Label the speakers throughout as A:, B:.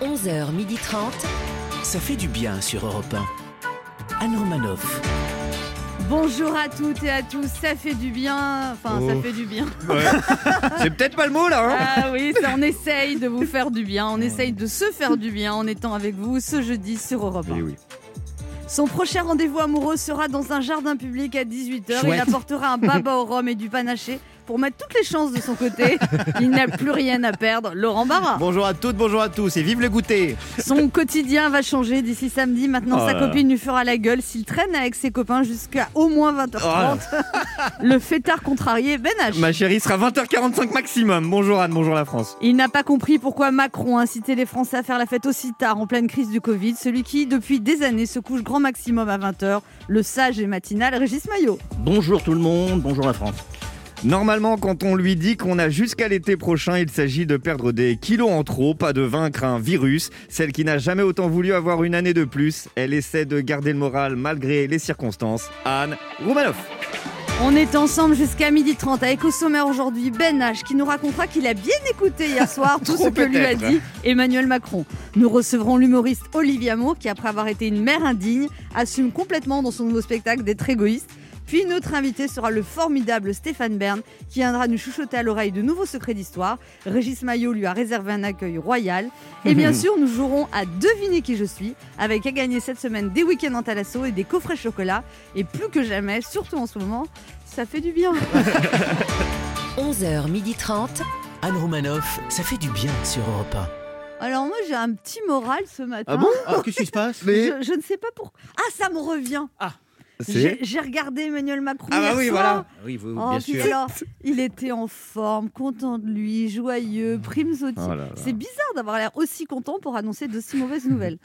A: 11h30.
B: Ça fait du bien sur Europe 1. Anne Romanoff.
C: Bonjour à toutes et à tous, ça fait du bien, enfin ça
D: Oh.
C: fait du bien.
D: C'est peut-être pas le mot là. hein
C: Ah oui, ça, on essaye de vous faire du bien, on essaye de se faire du bien en étant avec vous ce jeudi sur Europe 1.
D: Eh oui.
C: Son prochain rendez-vous amoureux sera dans un jardin public à 18h. Il
D: Chouette.
C: apportera un baba au rhum et du panaché pour mettre toutes les chances de son côté. Il n'a plus rien à perdre, Laurent Barra.
E: Bonjour à toutes, bonjour à tous et vive le goûter
C: Son quotidien va changer d'ici samedi. Maintenant,
E: Oh
C: sa
E: là là.
C: copine lui fera la gueule s'il traîne avec ses copains jusqu'à au moins 20h30. Le fêtard contrarié Ben H.
E: Oh Ma chérie sera 20h45 maximum. Bonjour Anne, bonjour la France.
C: Il n'a pas compris pourquoi Macron incitait les Français à faire la fête aussi tard en pleine crise du Covid. Celui qui, depuis des années, se couche grand maximum à 20h. Le sage et matinal Régis Maillot.
F: Bonjour tout le monde, bonjour la France.
E: Normalement, quand on lui dit qu'on a jusqu'à l'été prochain, il s'agit de perdre des kilos en trop, pas de vaincre un virus. Celle qui n'a jamais autant voulu avoir une année de plus, elle essaie de garder le moral malgré les circonstances. Anne Roumanoff.
C: On est ensemble jusqu'à 12h30 avec au sommaire aujourd'hui Ben H qui nous racontera qu'il a bien écouté hier soir tout ce
E: Trop
C: que lui a
E: peut-être.
C: dit Emmanuel Macron. Nous recevrons l'humoriste Olivia Moore qui, après avoir été une mère indigne, assume complètement dans son nouveau spectacle d'être égoïste. Puis notre invité sera le formidable Stéphane Bern qui viendra nous chuchoter à l'oreille de nouveaux secrets d'histoire. Régis Maillot lui a réservé un accueil royal. Et bien sûr, nous jouerons à deviner qui je suis avec à gagner cette semaine des week-ends en thalasso et des coffrets chocolat. Et plus que jamais, surtout en ce moment, ça fait du bien.
A: 11h30.
B: Anne Romanoff, ça fait du bien sur Europe
C: Alors moi j'ai un petit moral ce
B: Ah
C: matin.
F: Ah, Qu'est-ce qui se passe
C: je, je ne sais pas pourquoi. Ah ça me revient. J'ai j'ai regardé Emmanuel Macron.
E: Ah bah
C: hier
E: oui,
C: soir.
E: voilà.
F: Oui, vous,
C: Oh,
F: bien
C: puis
F: sûr.
C: alors, il était en forme, content de lui, joyeux, prime zoti.
E: Oh là là.
C: C'est bizarre d'avoir l'air aussi content pour annoncer de si mauvaises nouvelles.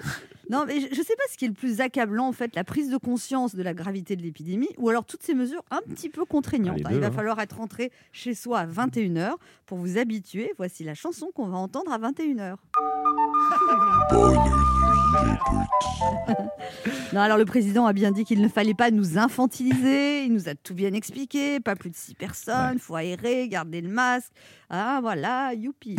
C: Non, mais je ne sais pas ce qui est le plus accablant, en fait, la prise de conscience de la gravité de l'épidémie ou alors toutes ces mesures un petit peu contraignantes.
E: Les
C: hein.
E: deux,
C: Il va
E: hein.
C: falloir être rentré chez soi à 21h pour vous habituer. Voici la chanson qu'on va entendre à 21h. Non, alors le président a bien dit qu'il ne fallait pas nous infantiliser. Il nous a tout bien expliqué. Pas plus de six personnes, faut aérer, garder le masque. Ah voilà, youpi.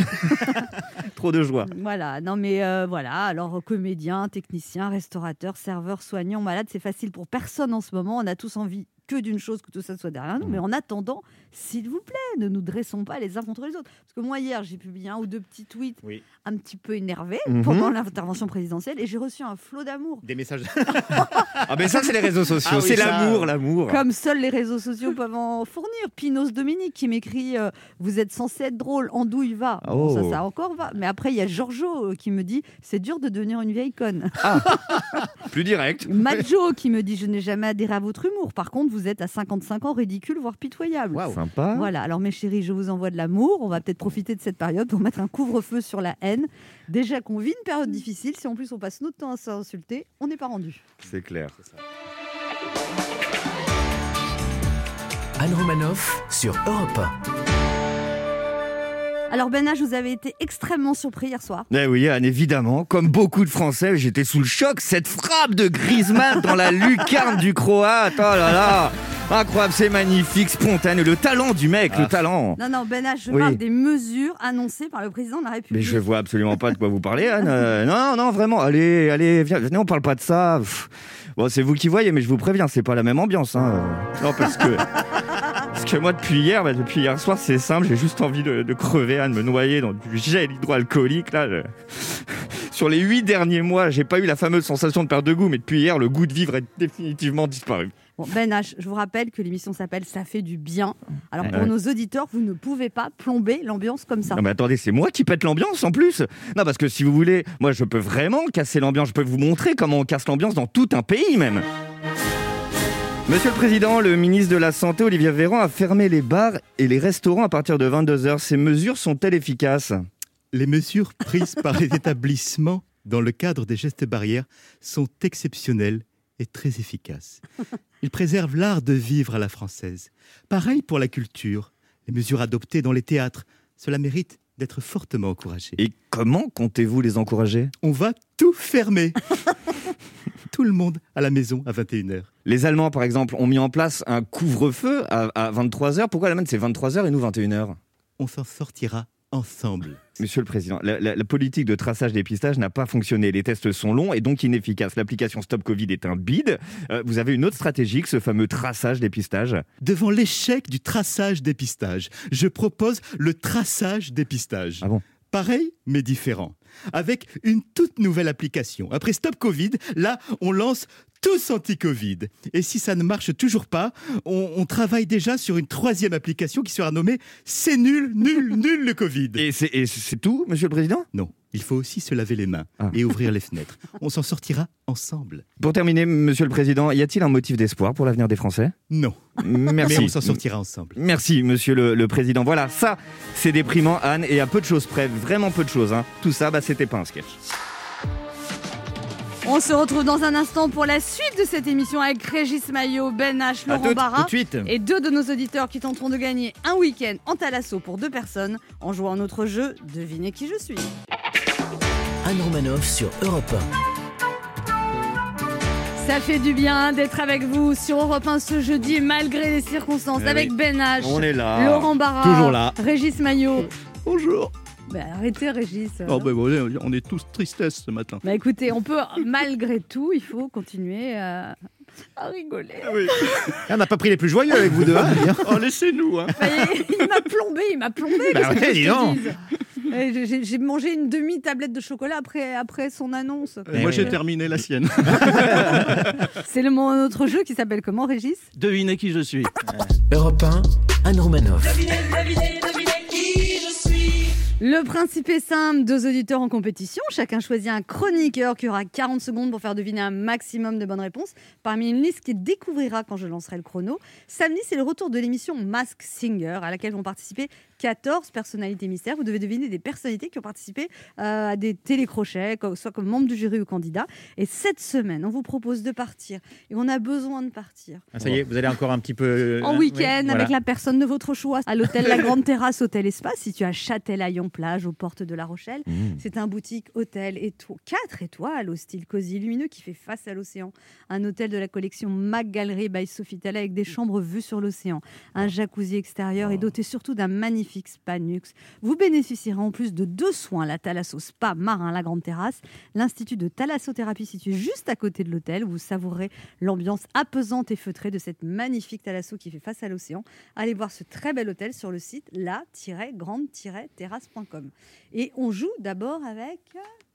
E: Trop de joie.
C: voilà, non mais euh, voilà. Alors comédien, technicien, restaurateur, serveur, soignant, malade, c'est facile pour personne en ce moment. On a tous envie que d'une chose, que tout ça soit derrière nous. Mais en attendant, s'il vous plaît, ne nous dressons pas les uns contre les autres. Parce que moi hier, j'ai publié un ou deux petits tweets
F: Oui.
C: un petit peu énervés
E: Mhm.
C: pendant l'intervention présidentielle et j'ai reçu un flot d'amour.
F: Des messages.
E: Ah ben ça c'est les réseaux sociaux,
F: Ah oui,
E: c'est
F: ça.
E: l'amour, l'amour.
C: Comme seuls les réseaux sociaux peuvent en fournir. Pinos Dominique qui m'écrit euh, Vous êtes censé être drôle, Andouille va. Bon,
E: Oh.
C: ça, ça encore va. Mais après, il y a Giorgio euh, qui me dit C'est dur de devenir une vieille conne.
E: Ah. Plus direct.
C: Majo qui me dit Je n'ai jamais adhéré à votre humour. Par contre, vous êtes à 55 ans ridicule, voire pitoyable.
E: Sympa.
C: Voilà, alors mes chéris, je vous envoie de l'amour. On va peut-être profiter de cette période pour mettre un couvre-feu sur la haine. Déjà qu'on vit une période difficile, si en plus on passe notre temps à s'insulter, on n'est pas rendu.
E: C'est clair.
B: Anne Romanoff sur Europe
C: Alors Ben H, vous avez été extrêmement surpris hier soir.
E: Eh oui, Anne, évidemment. Comme beaucoup de Français, j'étais sous le choc. Cette frappe de Griezmann dans la lucarne du Croate. Oh là là. Incroyable, c'est magnifique, spontané. Le talent du mec, le talent.
C: Non, non, Ben H, je
E: Oui.
C: parle des mesures annoncées par le président de la République.
E: Mais je vois absolument pas de quoi vous parlez, Anne. Euh, non, non, vraiment. Allez, allez, viens, venez, on parle pas de ça. Pff. Bon, c'est vous qui voyez, mais je vous préviens, c'est pas la même ambiance. hein. Euh, Non, parce que. Parce que moi, depuis hier, bah, depuis hier soir, c'est simple, j'ai juste envie de, de crever, Anne, de me noyer dans du gel hydroalcoolique. Là, je- Sur les huit derniers mois, j'ai pas eu la fameuse sensation de perte de goût, mais depuis hier, le goût de vivre est définitivement disparu.
C: Bon, ben H, je vous rappelle que l'émission s'appelle Ça fait du bien. Alors pour
E: Ouais.
C: nos auditeurs, vous ne pouvez pas plomber l'ambiance comme ça.
E: Non mais attendez, c'est moi qui pète l'ambiance en plus. Non parce que si vous voulez, moi je peux vraiment casser l'ambiance, je peux vous montrer comment on casse l'ambiance dans tout un pays même. Monsieur le Président, le ministre de la Santé, Olivier Véran, a fermé les bars et les restaurants à partir de 22h. Ces mesures sont-elles efficaces
G: Les mesures prises par les établissements dans le cadre des gestes barrières sont exceptionnelles et très efficaces. Ils préservent l'art de vivre à la française. Pareil pour la culture. Les mesures adoptées dans les théâtres, cela mérite d'être fortement encouragé.
E: Et comment comptez-vous les encourager
G: On va tout fermer. tout le monde à la maison à 21h.
E: Les Allemands, par exemple, ont mis en place un couvre-feu à, 23h. Pourquoi l'Allemagne, c'est 23h et nous 21h
G: On s'en sortira ensemble.
E: Monsieur le Président, la, la- la politique de traçage dépistage n'a pas fonctionné. Les tests sont longs et donc inefficaces. L'application Stop Covid est un bide. Euh, vous avez une autre stratégie que ce fameux traçage dépistage
G: Devant l'échec du traçage-dépistage, je propose le traçage-dépistage.
E: Ah bon
G: Pareil, mais différent. Avec une toute nouvelle application. Après Stop Covid, là, on lance tous anti-Covid. Et si ça ne marche toujours pas, on, on travaille déjà sur une troisième application qui sera nommée C'est nul, nul, nul le Covid.
E: Et c'est et c'est tout, Monsieur le Président
G: Non, il faut aussi se laver les mains
E: Ah.
G: et ouvrir les fenêtres. On s'en sortira ensemble.
E: Pour terminer, Monsieur le Président, y a-t-il un motif d'espoir pour l'avenir des Français
G: Non,
E: Merci.
G: mais on s'en sortira ensemble.
E: Merci, monsieur le, le président. Voilà, ça, c'est déprimant, Anne, et à peu de choses près, vraiment peu de choses. hein. Tout ça, bah, c'était pas un sketch.
C: On se retrouve dans un instant pour la suite de cette émission avec Régis Maillot, Ben H,
D: À
C: Laurent
D: tout, tout
C: Barra
D: de suite.
C: et deux de nos auditeurs qui tenteront de gagner un week-end en thalasso pour deux personnes en jouant à notre jeu Devinez qui je suis.
B: Anne Romanoff sur Europe
C: Ça fait du bien d'être avec vous sur Europe 1 ce jeudi malgré les circonstances
E: Eh
C: avec
E: oui.
C: Ben H,
E: On est là.
C: Laurent Barra,
G: Toujours là.
C: Régis Maillot.
G: Bonjour.
C: Bah, arrêtez Régis.
F: Euh,
G: Oh, ben, bon, on est tous tristesse ce matin.
C: Bah écoutez, on peut malgré tout, il faut continuer à, à rigoler.
D: Ah, On n'a pas pris les plus joyeux avec vous deux. hein, dis donc.
G: Oh, laissez-nous. Hein.
C: Bah, il il m'a plombé, il m'a plombé.
D: Bah
C: qu'est-ce que
D: ouais,
C: je
D: dis
C: te
D: donc.
C: dise Eh, j'ai- j'ai- J'ai mangé une demi-tablette de chocolat après, après son annonce.
F: Euh, Eh
G: Et moi, j'ai terminé la sienne.
C: C'est le mon autre jeu qui s'appelle comment, Régis
F: Devinez qui je suis.
B: 1. Euh, Europe 1, Anne Romanoff.
C: Le principe est simple, deux auditeurs en compétition, chacun choisit un chroniqueur qui aura 40 secondes pour faire deviner un maximum de bonnes réponses parmi une liste qu'il découvrira quand je lancerai le chrono. Samedi, c'est le retour de l'émission Mask Singer à laquelle vont participer 14 personnalités mystères. Vous devez deviner des personnalités qui ont participé euh, à des télécrochets, co- soit comme membre du jury ou candidat. Et cette semaine, on vous propose de partir et on a besoin de partir
D: Ah, ça y est, vous allez encore un petit peu.
C: en week-end avec
D: Oui, euh, voilà.
C: la personne de votre choix à l'hôtel La Grande Terrasse, hôtel Espace, situé à Châtelaillon-Plage, aux portes de La Rochelle. C'est un boutique hôtel 4 étoiles au style cosy lumineux qui fait face à l'océan. Un hôtel de la collection Mac Gallery by Sofitel avec des chambres vues sur l'océan. Un jacuzzi extérieur et doté surtout d'un magnifique spa nuxe. Vous bénéficierez en plus de deux soins, la Thalasso Spa Marin La Grande Terrasse, l'Institut de Thalassothérapie situé juste à côté de l'hôtel où vous savourez l'ambiance apaisante et feutrée de cette magnifique thalasso qui fait face à l'océan. Allez voir ce très bel hôtel sur le site la-grande-terrasse.com. Et on joue d'abord avec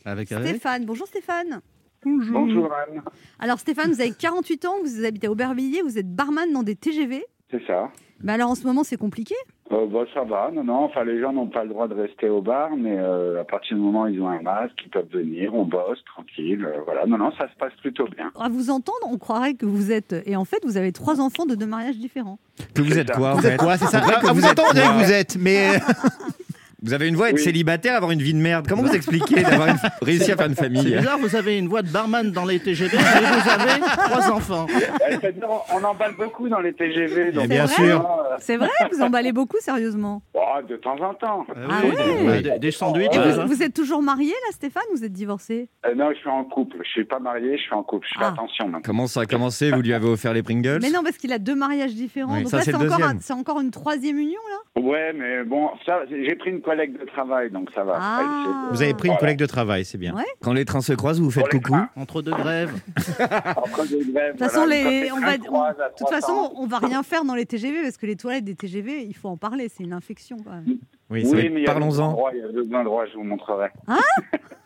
G: Avec
C: Stéphane. Bonjour Stéphane. Mhm.
A: Bonjour Anne.
C: Alors Stéphane, vous avez 48 ans, vous habitez à Aubervilliers, vous êtes barman dans des TGV.
A: C'est ça.
C: Mais alors en ce moment, c'est compliqué.
A: Euh, bon, ça va. Non, non. Enfin, les gens n'ont pas le droit de rester au bar, mais euh, à partir du moment où ils ont un masque, ils peuvent venir. On bosse tranquille. euh, voilà. Non, non, ça se passe plutôt bien.
C: À vous entendre, on croirait que vous êtes. Et en fait, vous avez trois enfants de deux mariages différents.
E: Que vous êtes quoi, en
D: Vous
E: fait
D: êtes quoi C'est ça
E: C'est vrai que
D: Ah, Vous
E: vous êtes
D: entendez
E: quoi
D: que vous êtes, mais.
E: Vous avez une voix, être
A: Oui.
E: célibataire, avoir une vie de merde. Comment vous expliquez d'avoir une- réussi à faire une
F: C'est
E: famille
F: bizarre, vous avez une voix de barman dans les TGV et vous avez trois enfants.
A: Eh, c'est-à-dire, on on emballe beaucoup dans les TGV. Donc,
C: Eh bien
A: euh,
C: sûr.
A: euh,
C: C'est vrai, vous emballez beaucoup, sérieusement.
A: oh, de temps en temps.
C: Ah oui, ouais
F: des- des, des sandwichs.
C: Et
F: euh,
C: vous, vous êtes toujours marié là, Stéphane ou Vous êtes divorcé
A: Euh, non, je suis en couple. Je suis pas marié. Je suis en couple. Je fais
C: Ah.
A: attention maintenant.
E: Comment ça a commencé Vous lui avez offert les Pringles
C: Mais non, parce qu'il a deux mariages différents.
E: Oui,
C: Donc
E: ça,
C: là,
E: c'est
C: c'est
E: le
C: encore, un-
E: deuxième.
C: c'est encore une troisième union là.
A: Ouais, mais bon, ça, j'ai pris une collègue de travail, donc ça va.
C: Ah.
A: Elle, c'est-
D: Vous avez pris une
A: Voilà.
D: collègue de travail, c'est bien.
C: Ouais.
E: Quand les trains se croisent, vous vous faites
A: Pour les
E: coucou
A: trains.
F: Entre deux grèves.
A: Entre deux grèves,
C: De toute façon,
A: voilà, ça
C: les,
A: fait
C: on va, on-
A: 53 à
C: Ah, de toute
A: 300.
C: façon, on va rien faire dans les TGV parce que les toilettes des TGV, il faut en parler. C'est une infection quand même.
E: Oui, ça va
A: Oui, mais
E: être-
A: il y a deux
E: Parlons-en.
A: endroits, il y a deux endroits, je vous montrerai.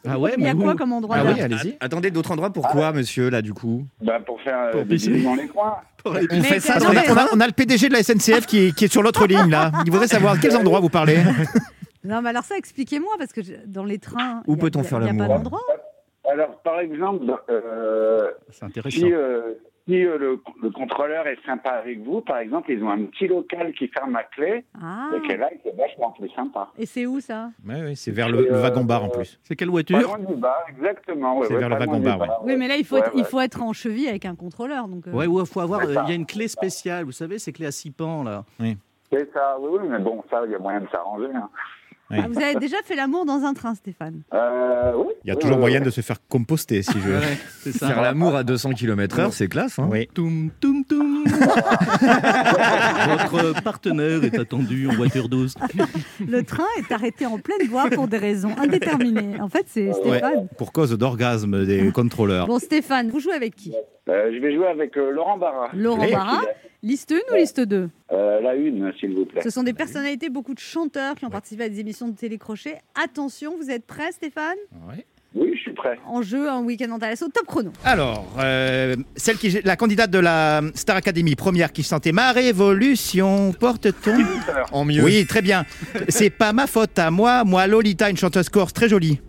F: Ah ouais,
C: Il y a
F: mais
C: quoi
F: où
C: comme endroit
D: Ah
C: là
D: oui, allez-y.
E: Attendez, d'autres endroits, pourquoi, monsieur, là, du coup
A: Bah, pour faire euh,
G: Pour
A: des
G: pisser.
A: bisous dans les coins.
E: On
C: Mais
E: fait ça
C: c'est-
E: dans
C: non,
E: les
C: mais-
E: trains
D: On a, on a le PDG de la SNCF qui, qui est sur l'autre ligne là. Il voudrait savoir à quels endroits vous parlez.
C: Non, mais alors ça, expliquez-moi parce que je- dans les trains, il
E: Où
C: y a-
E: peut-on
C: il y a-
E: faire
C: il y a
E: l'amour
C: pas d'endroit.
A: Alors, par exemple, euh,
G: C'est intéressant.
A: si, euh, si euh, le, le contrôleur est sympa avec vous, par exemple, ils ont un petit local qui ferme à clé,
C: Ah.
A: et que là, c'est vachement plus sympa.
C: Et c'est où ça
D: Ouais, ouais, c'est vers le, le wagon bar en plus.
G: C'est quelle
A: Pas
G: voiture
A: loin du bar, exactement. ouais,
D: C'est
A: ouais,
D: vers le
A: pas loin
D: wagon-bar,
A: du bar,
C: Oui,
A: ouais.
C: mais là, il faut,
A: Bah, Ouais,
C: être, il
A: ouais.
C: faut être en cheville avec un contrôleur. Donc, euh,
F: Ouais, où il faut avoir. euh,
A: C'est ça.
F: Il y a une clé spéciale, vous savez, ces clés à six pans là.
A: Ah C'est ça, oui, oui, mais bon, ça, il y a moyen de s'arranger. hein.
C: Ah, vous avez déjà fait l'amour dans un train, Stéphane.
A: Euh, oui.
D: Il y a toujours moyen de se faire composter, si je.
F: Ouais, c'est ça.
E: Faire l'amour à 200 km/h, c'est classe. Hein
D: Oui.
F: Toum, toum, toum. Votre partenaire est attendu en voiture douce.
C: Le train est arrêté en pleine voie pour des raisons indéterminées. En fait, c'est
D: Ouais,
C: Stéphane.
D: Pour cause d'orgasme des contrôleurs.
C: Bon, Stéphane, vous jouez avec qui
A: Euh, je vais jouer avec euh, Laurent Barra.
C: Laurent Barra, liste 1 ou liste 2
A: Euh, la une, s'il vous plaît.
C: Ce sont des personnalités, beaucoup de chanteurs qui ont participé à des émissions de télécrochet. Attention, vous êtes prêts, Stéphane
A: Oui, je suis prêt.
C: En jeu, un week-end en Thalasso, top chrono.
D: Alors, euh, celle qui, la candidate de la Star Academy première qui chantait Ma révolution, porte-t-on
E: En mieux.
D: Oui, très bien. C'est pas ma faute à moi, moi Lolita, une chanteuse corse très jolie.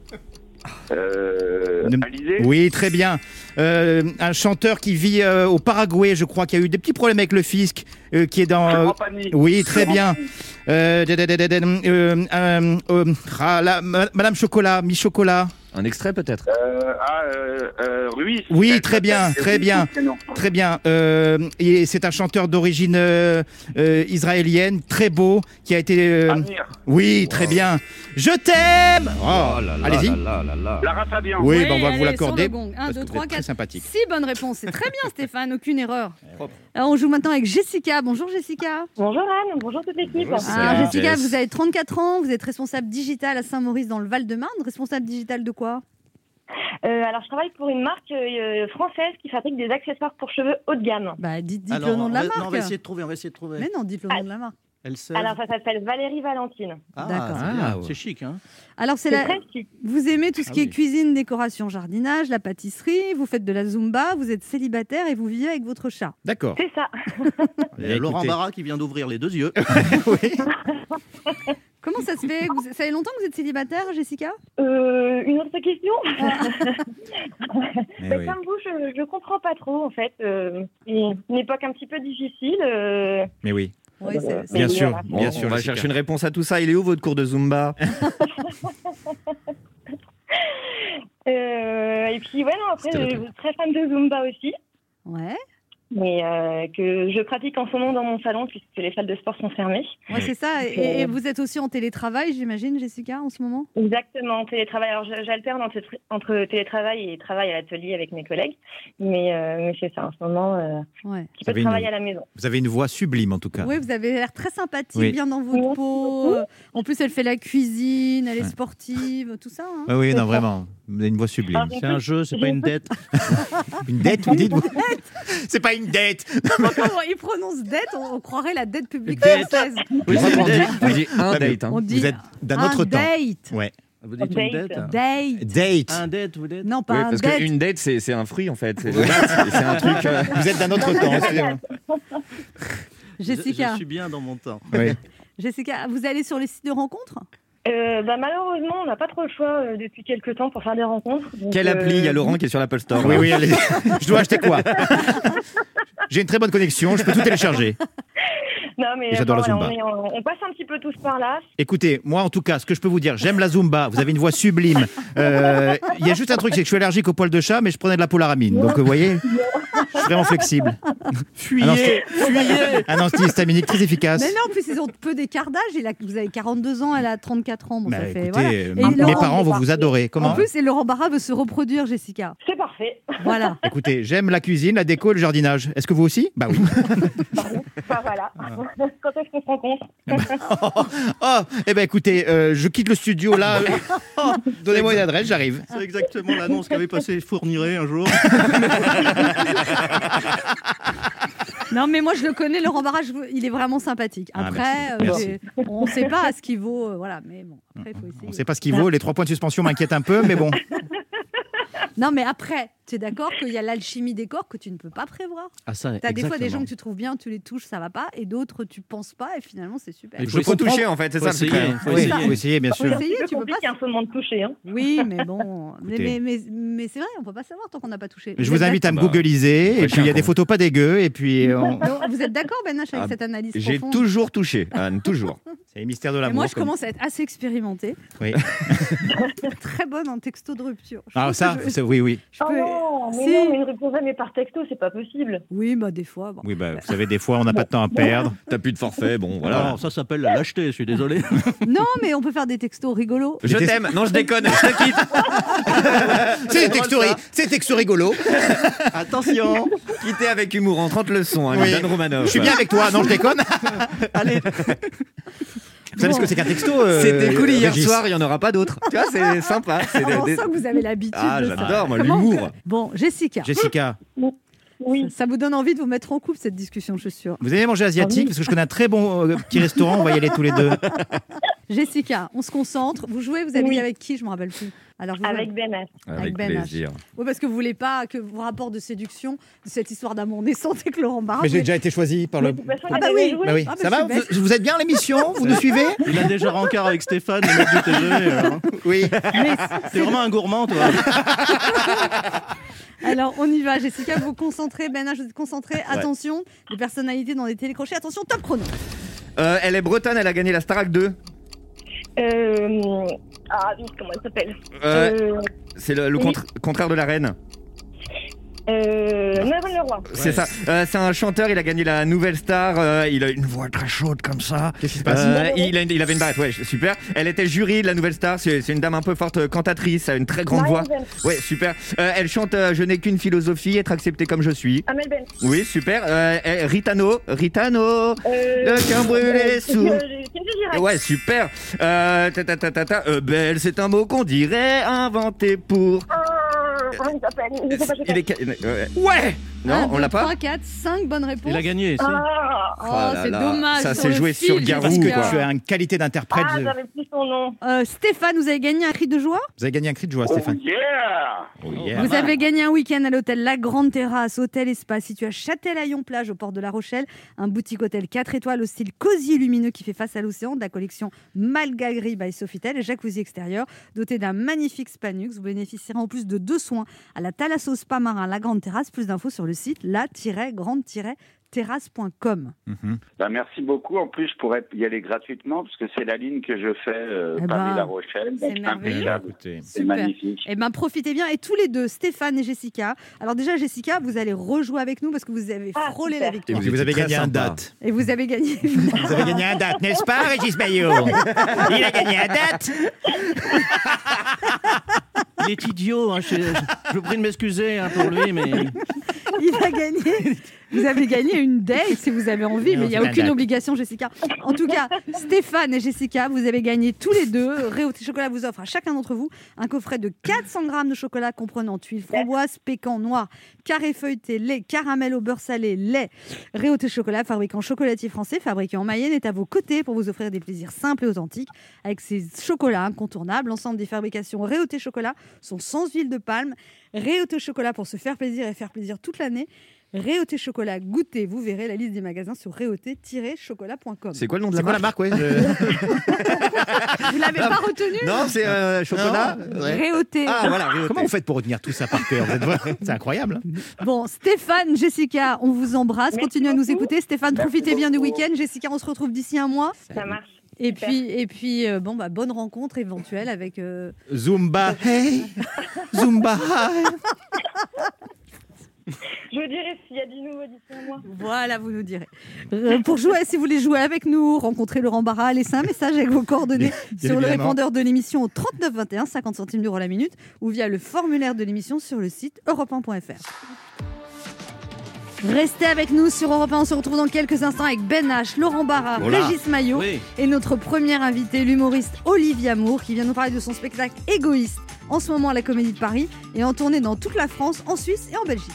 A: Euh,
D: Ne-
A: Alizé
D: Oui, très bien. Euh, un chanteur qui vit euh, au Paraguay, je crois, qui a eu des petits problèmes avec le fisc, euh, qui est dans. euh,
A: Florent Pagny.
D: oui, très
A: Florent
D: bien.
A: Pagny.
D: euh, euh, euh, euh, ah, la- ma- Madame Chocolat, Mi Chocolat.
E: Un extrait peut-être
A: Euh, ah, euh, euh, Ruiz.
D: Oui,
A: Elle
D: très
A: s'appelle
D: bien,
A: Ruiz,
D: très bien.
A: son prénom.
D: Très bien. Euh, et c'est un chanteur d'origine euh, euh, israélienne, très beau, qui a été. euh,
A: Amir.
D: oui, très bien. Je t'aime. Oh, Allez-y.
E: là là là.
A: Lara Fabian.
D: Oui, bah, on va
C: allez,
D: vous l'accorder.
C: sur le gong. Un,
D: parce
C: deux,
D: que vous
C: trois,
D: êtes très
C: quatre.
D: sympathique.
C: Six bonnes réponses. C'est très bien, Stéphane, aucune erreur. Alors, on joue maintenant avec Jessica. Bonjour, Jessica.
H: Bonjour Anne, bonjour toute l'équipe.
E: Bonjour. Salut,
C: Alors,
E: Jess.
C: Jessica, vous avez 34 ans, vous êtes responsable digitale à Saint-Maurice dans le Val-de-Marne. Responsable digitale de quoi
H: Euh, alors je travaille pour une marque euh, française qui fabrique des accessoires pour cheveux haut de gamme.
C: Bah, dites, dites
F: Alors,
C: le nom de la
F: on va-
C: marque.
F: non, on va essayer de trouver, on va essayer de trouver.
C: Mais non, dites le nom de la marque.
F: Elle se.
H: Alors ça s'appelle Valérie Valentine.
F: Ah,
C: D'accord.
F: c'est bien.
E: Ah, ouais.
F: C'est chic, hein.
C: Alors, c'est
H: C'est
C: la...
H: très chic.
C: vous aimez tout ce
F: Ah
C: qui est
F: oui.
C: cuisine, décoration, jardinage, la pâtisserie, vous faites de la zumba, vous êtes célibataire et vous vivez avec votre chat.
D: D'accord.
H: C'est ça.
F: Il y a Laurent Barra qui vient d'ouvrir les deux yeux.
C: Comment ça se fait que vous- Ça fait longtemps que vous êtes célibataire, Jessica
H: Euh, une autre question
E: Mais
H: Ben,
E: Eh oui.
H: Comme vous, je, je comprends pas trop en fait. Euh, une une époque un petit peu difficile. euh,
D: Mais oui.
C: Oui,
A: Euh,
C: c'est- c'est-
D: Bien
H: Bien oui, sûr,
D: sûr,
H: voilà.
E: Bon,
D: bien sûr.
E: on va chercher une réponse à tout ça. Il est où votre cours de Zumba
H: euh, et puis ouais, non, après,
E: C'était la
H: je suis très fan de Zumba aussi.
C: Ouais,
H: Mais euh, que je pratique en ce moment dans mon salon puisque les salles de sport sont fermées.
C: ouais c'est ça. Et, et vous êtes aussi en télétravail, j'imagine, Jessica, en ce moment
H: Exactement, en télétravail. Alors je- j'alterne entre, entre télétravail et travail à l'atelier avec mes collègues, mais, euh, mais c'est ça en ce moment, euh,
C: Ouais.
H: un petit peu
D: avez
H: de
D: une-
H: travail à la maison.
D: Vous avez une voix sublime en tout cas.
C: Oui, vous avez l'air très sympathique,
D: Oui.
C: bien dans votre
H: Merci
C: peau. Euh, En plus, elle fait la cuisine, elle est sportive, tout ça. hein.
D: Ah oui, non, vraiment. Vous avez une voix sublime.
H: Pardon.
F: C'est un jeu, c'est pas une dette.
D: Une dette, vous dites C'est pas une dette.
C: Comment il prononce dette on, on croirait la dette publique
F: Dette.
C: française.
F: Oui, c'est une dette.
E: On dit un
D: Ah, mais-
E: date. hein. Ah,
C: On dit
D: Vous êtes d'un
C: un
D: autre temps.
C: date.
F: Vous dites une
H: Date.
F: dette
C: Date.
D: Date.
F: Un dette, vous dites
C: Non, pas
E: Oui,
C: un
E: parce
C: date.
E: qu'une date, c'est c'est un fruit en fait. C'est c'est- c'est un truc. euh,
D: Vous êtes d'un autre temps. excusez-moi.
C: Jessica,
F: Je, je suis bien dans mon temps.
D: Oui.
C: Jessica, vous allez sur les sites de rencontres
H: Euh, bah, malheureusement, on n'a pas trop le choix euh, depuis quelques temps pour faire des rencontres. donc,
E: Quelle
H: euh,
E: appli Il y a Laurent qui est sur l'Apple Store.
D: Oui, oui, allez. Je dois acheter quoi J'ai une très bonne connexion, je peux tout télécharger.
H: Non, mais
D: Et j'adore
H: bon,
D: la
H: voilà, on, est en- on passe un petit peu tous par là.
D: Écoutez, moi en tout cas, ce que je peux vous dire, j'aime la Zumba, vous avez une voix sublime. Euh, Il y a juste un truc, c'est que je suis allergique aux poils de chat, mais je prenais de la polaramine. Donc vous voyez, je suis vraiment flexible. Ah
F: Fuyez, fuyez
D: Un antihistaminique très efficace.
C: Mais non, en plus, ils ont peu d'écart d'âge. Il a- Vous avez 42 ans, elle a 34 ans. Bon,
D: Bah,
C: ça fait,
D: écoutez,
C: voilà.
D: euh,
C: Et
D: mes
C: Laurent-
D: parents vont vous adorer.
C: En
D: Comment
C: plus, et Laurent Barra veut se reproduire, Jessica.
H: C'est parfait.
C: Voilà.
D: Écoutez, j'aime la cuisine, la déco et le jardinage. Est-ce que vous aussi Bah oui.
H: Enfin, voilà. Quand est-ce qu'on se rencontre
D: Oh, eh ben écoutez, euh, je quitte le studio là. Oh, Donnez-moi une adresse, j'arrive.
F: C'est exactement l'annonce qu'avait passé Fourniret un jour.
C: Non, mais moi je le connais, Laurent Barra, je veux- il est vraiment sympathique.
D: Ah,
C: Après,
D: merci.
C: euh, j'ai- on ne sait pas à ce qu'il vaut, euh, voilà, mais bon, après, il faut essayer.
D: On sait pas ce qu'il vaut, les trois points de suspension m'inquiètent un peu, mais bon.
C: Non, mais après, tu es d'accord qu'il y a l'alchimie des corps que tu ne peux pas prévoir.
F: Ah ça,
C: Tu as des fois des gens que tu trouves bien, tu les touches, ça va pas, et d'autres, tu penses pas, et finalement, c'est super.
F: Et
E: Je peux
F: comprends.
E: toucher en fait, c'est
F: Faut
E: ça le secret.
F: essayer. Faut
D: Oui,
F: essayer.
D: faut essayer, bien
C: Faut
D: sûr.
C: essayer,
H: Ah, C'est
C: tu peux pas.
H: compliqué un peu de toucher. Hein.
C: Oui, mais bon. Mais, mais,
D: Écoutez.
C: mais, mais c'est vrai, on peut pas savoir tant qu'on n'a pas touché.
D: Je vous
C: êtes
D: invite à me
E: Bah,
D: googliser,
E: ouais,
D: et puis il y a
E: chacun.
D: des photos pas dégueu, et puis euh, on...
C: d'accord- Vous êtes d'accord, Ben H, avec
E: Ah,
C: cette analyse
E: J'ai
C: profonde
E: toujours touché, Anne, toujours.
D: C'est les mystères de
C: Et
D: l'amour.
C: moi, je
D: comme-
C: commence à être assez expérimentée.
D: Oui.
C: Très bonne en texto de rupture. Je
D: Ah
C: pense
D: ça,
C: que je-
D: c'est-
E: oui, oui.
C: Je
H: Oh
C: peux-
H: non, mais
C: Si.
H: non, mais je réponds jamais par texto, c'est pas possible.
C: Oui, bah des fois. bon.
D: Oui, bah, vous savez, des fois, on n'a pas de temps à perdre.
E: T'as plus de forfait, bon, voilà.
F: Voilà. ça s'appelle la lâcheté, je suis désolé.
C: Non, mais on peut faire des textos rigolos.
E: Je t'aime, non, je déconne, je te quitte.
D: C'est des textos ri- c'est des textos rigolos.
F: Attention
E: Quitter avec humour, en 30 leçons, hein,
D: Oui.
E: Dan Romanov.
D: Je suis bien avec toi, non, je déconne.
F: Allez,
D: Vous savez ce que c'est qu'un texto euh,
E: C'était cool hier
D: Régis
E: soir, il n'y en aura pas d'autres. Tu vois, c'est sympa. c'est
C: On
E: des-
C: sent que vous avez l'habitude
E: Ah,
C: de ça.
E: j'adore, moi,
C: Comment
E: l'humour.
C: Bon, Jessica,
D: Jessica,
H: Oui,
C: ça vous donne envie de vous mettre en couple cette discussion, je suis sûre.
D: vous allez manger
H: Ah
C: Ah
D: asiatique parce que je connais un très bon euh, petit restaurant, on va y aller tous les deux.
C: Jessica, on se concentre. Vous jouez, vous habillez
H: Oui.
C: avec qui Je me rappelle plus. Alors, vous jouez
H: avec Ben Affleck.
C: Avec Ben H. Oui, parce que vous voulez pas que vos rapports de séduction, cette histoire d'amour naissant avec Laurent Barra.
D: Mais j'ai
C: vous-
D: déjà été choisi par
H: Mais
D: le.
H: de toute façon,
C: Ah
H: il
C: bah
H: avait
C: oui.
H: joué.
D: Bah oui,
C: Ah, bah,
D: ça
C: je
D: va
C: suis
D: vous, vous êtes bien à l'émission Vous nous suivez
F: il a déjà rencard avec Stéphane, le mec du TGV. alors.
D: Oui.
C: Mais-
F: hein. T'es vraiment un gourmand, toi.
C: Alors, on y va. Jessica, vous vous concentrez. Ben, H, vous êtes concentré. Attention, les personnalités dans les télécrochets. Attention, top chrono.
E: Euh, elle est bretonne, elle a gagné la Starac 2.
H: Euh, ah, oui, comment elle s'appelle
E: Euh,
H: euh,
E: c'est le, le contre- contraire de la reine.
H: euh, Marine Leroy.
E: C'est ça. Euh, c'est un chanteur, il a gagné la nouvelle star. euh, il a une voix très chaude comme ça.
D: Qu'est-ce qui se passe
E: Euh, il, a une- il avait une barrette, ouais, super. Elle était jury de la nouvelle star. C'est c'est une dame un peu forte, euh, cantatrice, a une très grande voix.
H: Marine Ben.
E: Ouais, super. Euh, elle chante euh, Je n'ai qu'une philosophie, être accepté comme je suis.
H: Amel Ben.
E: Oui, super. Euh, elle- Ritano, Ritano.
H: Euh,
E: Le cœur brûlé sous-
H: euh, Cindy Girac.
E: Ouais, super. Euh, ta, ta, ta, ta, ta, euh, belle, c'est un mot qu'on dirait inventé pour.
H: Ah, Comment il s'appelle Je sais pas, je sais
E: Il
H: pas.
E: est ca- euh, Ouais Non, on l'a pas
C: 3, 4, 5 bonnes réponses.
F: Il a gagné, si.
H: Ah,
C: Oh,
E: Oh là
C: c'est
E: là,
C: dommage.
E: ça,
C: sur
E: c'est
C: le
E: joué
C: fil,
E: sur Garou,
D: Parce
C: Jessica.
E: quoi.
D: que tu as une qualité d'interprète.
H: ah
D: de-
H: j'avais plus son nom.
C: Euh, Stéphane, vous avez gagné un cri de joie.
D: Vous avez gagné un cri de joie,
A: Oh
D: Stéphane. Oh,
A: yeah
D: Yeah.
C: Vous avez gagné un week-end à l'hôtel La Grande Terrasse, hôtel espace situé à Châtelaillon-Plage au port de La Rochelle. Un boutique hôtel 4 étoiles au style cosy et lumineux qui fait face à l'océan de la collection Malgagri by Sofitel et jacuzzi extérieur doté d'un magnifique Spanux. Vous bénéficierez en plus de deux soins à la Thalasso Spa Marin La Grande Terrasse. Plus d'infos sur le site la-grande-terrasse.com.
A: Bah, merci beaucoup. En plus, je pourrais y aller gratuitement parce que c'est la ligne que je fais euh,
C: Eh ben,
A: Paris-La Rochelle.
C: c'est
A: Donc,
C: merveilleux.
A: impeccable. C'est
C: Super.
A: magnifique.
C: Eh ben profitez bien et tous les deux, Stéphane et Jessica. Alors déjà Jessica, vous allez rejouer avec nous parce que vous avez
H: Ah,
C: frôlé
H: super.
C: la victoire
D: Vous,
E: étiez
D: avez
E: très
D: gagné un
E: sympa.
D: date.
C: et vous avez gagné.
D: Vous avez gagné un date, n'est-ce pas, Régis Maillot Il a gagné un date.
F: Il est idiot, hein, je, je vous prie de m'excuser hein, pour lui, mais
C: Il a gagné. Vous avez gagné une date si vous avez envie, mais il n'y a
D: c'est la
C: aucune
D: date.
C: obligation, Jessica. En tout cas, Stéphane et Jessica, vous avez gagné tous les deux. Réauté Chocolat vous offre à chacun d'entre vous un coffret de 400 grammes de chocolat comprenant tuiles, framboises, pécan noir, carré feuilleté, lait, caramel au beurre salé, lait. Réauté Chocolat, fabricant chocolatier français, fabriqué en Mayenne, est à vos côtés pour vous offrir des plaisirs simples et authentiques avec ses chocolats incontournables. L'ensemble des fabrications Réauté Chocolat sont sans huile de palme. Réauté Chocolat pour se faire plaisir et faire plaisir toute l'année. Réauté Chocolat, goûtez. Vous verrez la liste des magasins sur réauté-chocolat.com.
E: C'est quoi le nom de
D: C'est
E: la
D: quoi la
E: marque
D: marque ouais, je-
C: Vous l'avez pas retenu
E: Non, c'est euh, chocolat.
C: Réauté.
E: Ah voilà, Rioté.
D: Comment vous faites pour retenir tout ça par cœur Vous êtes vrai- C'est incroyable. hein.
C: Bon, Stéphane, Jessica, on vous embrasse.
H: Merci
C: Continuez à nous
H: beaucoup.
C: écouter. Stéphane,
A: Merci
C: profitez bien du
A: beaucoup.
C: week-end. Jessica, on se retrouve d'ici un mois.
H: Ça marche.
C: Et
H: Super.
C: puis, et puis euh, bon, bah, bonne rencontre éventuelle avec. euh,
D: Zumba, hey Zumba, hey
H: Je vous dirai s'il y a du nouveau d'ici à moi.
C: Voilà, vous nous direz. Euh, pour jouer, si vous voulez jouer avec nous, rencontrer Laurent Barra, laissez un message avec vos coordonnées sur le
D: évidemment.
C: répondeur de l'émission au 39 21, 50 centimes d'euros la minute, ou via le formulaire de l'émission sur le site europe 1.fr. Restez avec nous sur Europe 1. On se retrouve dans quelques instants avec Ben H, Laurent Barra,
E: Voilà.
C: Régis Maillot
F: oui.
C: et notre premier invité, l'humoriste Olivier Amour, qui vient nous parler de son spectacle égoïste en ce moment à la Comédie de Paris et en tournée dans toute la France, en Suisse et en Belgique.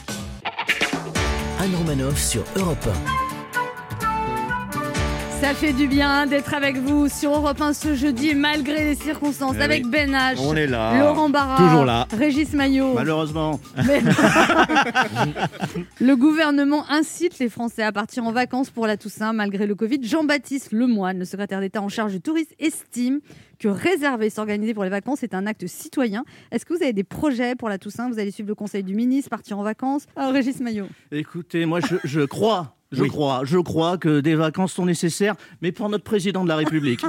B: Anne Romanoff sur Europe
C: Ça fait du bien d'être avec vous sur Europe 1 ce jeudi, malgré les circonstances,
E: Eh
C: avec
E: oui.
C: Ben H,
E: On est là.
C: Laurent Barra,
D: Toujours là.
C: Régis Maillot.
F: Malheureusement,
C: Oh. Mais- le gouvernement incite les Français à partir en vacances pour la Toussaint, malgré le Covid. Jean-Baptiste Lemoyne, le secrétaire d'État en charge du tourisme, estime que réserver et s'organiser pour les vacances est un acte citoyen. Est-ce que vous avez des projets pour la Toussaint Vous allez suivre le conseil du ministre, partir en vacances Ah, Régis Maillot.
F: écoutez, moi je, je crois Je crois, je crois que des vacances sont nécessaires, mais pour notre président de la République.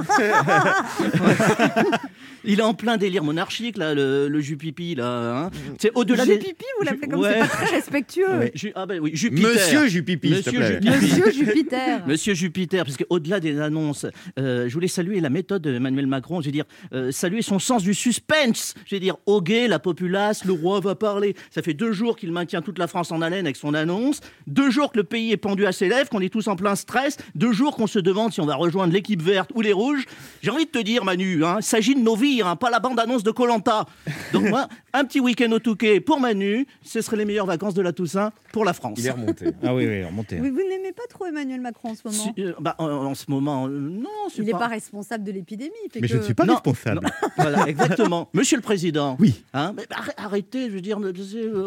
F: Il est en plein délire monarchique là, le, le Jupipi là. hein. C'est au-delà des.
C: Jupipi, vous l'appelez comme
F: Ouais.
C: c'est pas très respectueux.
F: Ouais, Ju- ah ben oui, Jupiter.
E: Monsieur Jupipi, s'il te
F: Monsieur
E: plaît.
F: Jupipi.
C: Monsieur Jupiter.
F: Monsieur Jupiter, parce qu'au-delà des annonces, euh, je voulais saluer la méthode d'Emmanuel Macron, je veux dire, euh, saluer son sens du suspense, je veux dire, hoguer la populace, le roi va parler. Ça fait deux jours qu'il maintient toute la France en haleine avec son annonce, deux jours que le pays est pendu à ses lèvres, qu'on est tous en plein stress, deux jours qu'on se demande si on va rejoindre l'équipe verte ou les rouges. J'ai envie de te dire, Manu, hein, il s'agit de nos vies, hein, pas la bande-annonce de Colanta. Donc moi, un petit week-end au Touquet pour Manu, ce seraient les meilleures vacances de la Toussaint pour la France.
E: Il est remonté.
D: Ah oui, oui, remontez.
C: Mais vous n'aimez pas trop Emmanuel Macron en ce moment.
F: Si- euh, bah, en, en ce moment, euh, non, c'est
C: Il n'est pas responsable de l'épidémie. il fait
G: Mais je
C: que-
G: ne suis pas
F: Non,
G: responsable.
F: Voilà, exactement. Monsieur le Président.
G: Oui.
F: hein, mais arr- arrêtez, je veux dire, euh,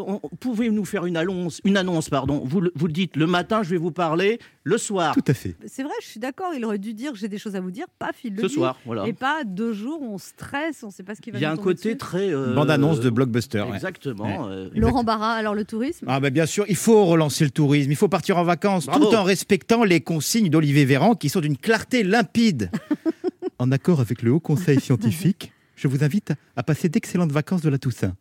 F: on- on- pouvez-nous faire une annonce, une annonce, pardon. Vous, le- vous le dites le matin, je vais vous parler, le soir,
G: Tout à fait.
C: C'est vrai, je suis d'accord. Il aurait dû dire j'ai des choses à vous dire, pas fil
F: ce soir, voilà.
C: Et pas deux jours, on stresse, on ne sait pas ce qui va
F: Il y a
C: nous
F: un
C: tomber
F: côté
C: dessus.
F: très euh,
D: Bande-annonce de blockbuster. ouais.
F: Exactement. euh,
C: Laurent Barra, alors le tourisme
D: Ah ben bien sûr, il faut relancer le tourisme, il faut partir en vacances,
F: Bravo.
D: tout en respectant les consignes d'Olivier Véran qui sont d'une clarté limpide.
G: En accord avec le Haut Conseil scientifique, je vous invite à passer d'excellentes vacances de la Toussaint.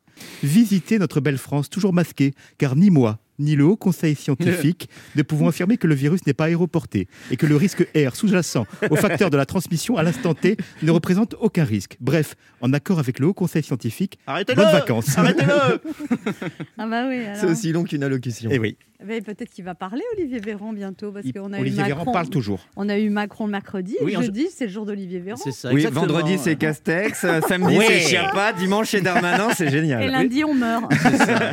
G: Visitez notre belle France, toujours masquée, car ni moi, ni le Haut Conseil scientifique ne pouvons affirmer que le virus n'est pas aéroporté et que le risque R sous-jacent au facteur de la transmission à l'instant T ne représente aucun risque. Bref, en accord avec le Haut Conseil scientifique,
F: Arrêtez-le
G: bonnes vacances.
F: Arrêtez-le
C: Ah bah oui, alors.
E: C'est aussi long qu'une allocution.
D: Eh oui,
C: Mais peut-être qu'il va parler Olivier Véran bientôt, parce
D: il-
C: qu'on a, eu
D: Olivier Véran
C: Macron-
D: parle toujours.
C: on a eu Macron le mercredi,
F: Oui,
C: le
F: en-
C: jeudi, c'est le jour d'Olivier Véran.
F: C'est ça,
E: Oui,
F: exactement.
E: vendredi c'est Castex, euh, samedi
D: Ouais.
E: c'est Chiappa, dimanche c'est Darmanin, c'est génial.
F: Ah,
C: Et lundi, on meurt.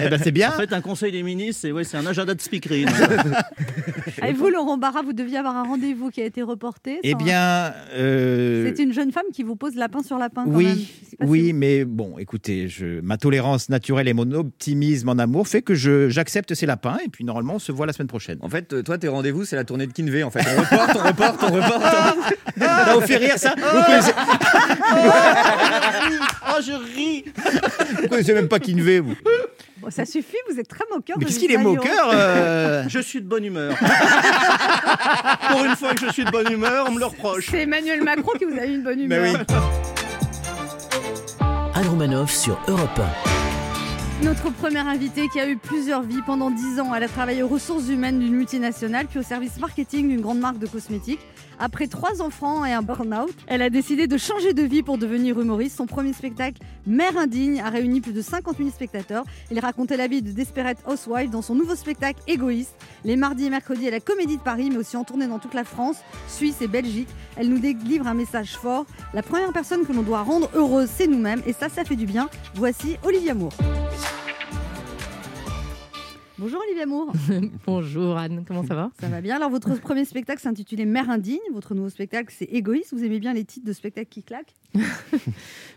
D: Eh ben c'est bien.
F: En fait, un conseil des ministres, c'est ouais, c'est un agenda de speakerine.
C: Et vous, Laurent Barra, vous deviez avoir un rendez-vous qui a été reporté.
D: Eh
C: sans-
D: bien, euh,
C: hein. C'est une jeune femme qui vous pose lapin sur lapin. Quand même.
D: oui,
C: Je sais pas si
D: oui,
C: vous-
D: mais bon, écoutez, je, ma tolérance naturelle et mon optimisme en amour fait que je, j'accepte ces lapins et puis normalement on se voit la semaine prochaine.
E: En fait, euh, toi, tes rendez-vous, c'est la tournée de Kinvey. En fait, on reporte, on reporte, on reporte.
D: Ça vous fait rire ça
I: Ah.
D: Vous connaissez,
F: oh, je ris
D: vous connaissez même pas Kinvé, vous.
C: Bon, ça suffit, vous êtes très moqueur.
D: Mais
C: de
D: qu'est-ce qu'il est
C: Gisèle Jourdain.
D: moqueur euh,
F: Je suis de bonne humeur. Pour une fois que je suis de bonne humeur, on me le reproche.
C: C'est Emmanuel Macron qui vous a eu une bonne
D: Bah
C: humeur.
B: Anne Romanoff sur Europe
C: Notre première invitée qui a eu plusieurs vies pendant 10 ans, elle a travaillé aux ressources humaines d'une multinationale puis au service marketing d'une grande marque de cosmétiques. Après trois enfants et un burn-out, elle a décidé de changer de vie pour devenir humoriste. Son premier spectacle, Mère indigne, a réuni plus de 50 000 spectateurs. Il racontait la vie de Desperate Housewife dans son nouveau spectacle Égoïste. Les mardis et mercredis à la Comédie de Paris, mais aussi en tournée dans toute la France, Suisse et Belgique. Elle nous délivre un message fort. La première personne que l'on doit rendre heureuse, c'est nous-mêmes. Et ça, ça fait du bien. Voici Olivia Moore. Bonjour Olivia Moore.
I: Bonjour Anne, comment ça va
C: Ça va bien. Alors, votre premier spectacle s'intitulait Mère indigne. Votre nouveau spectacle, c'est Égoïste. Vous aimez bien les titres de spectacles qui claquent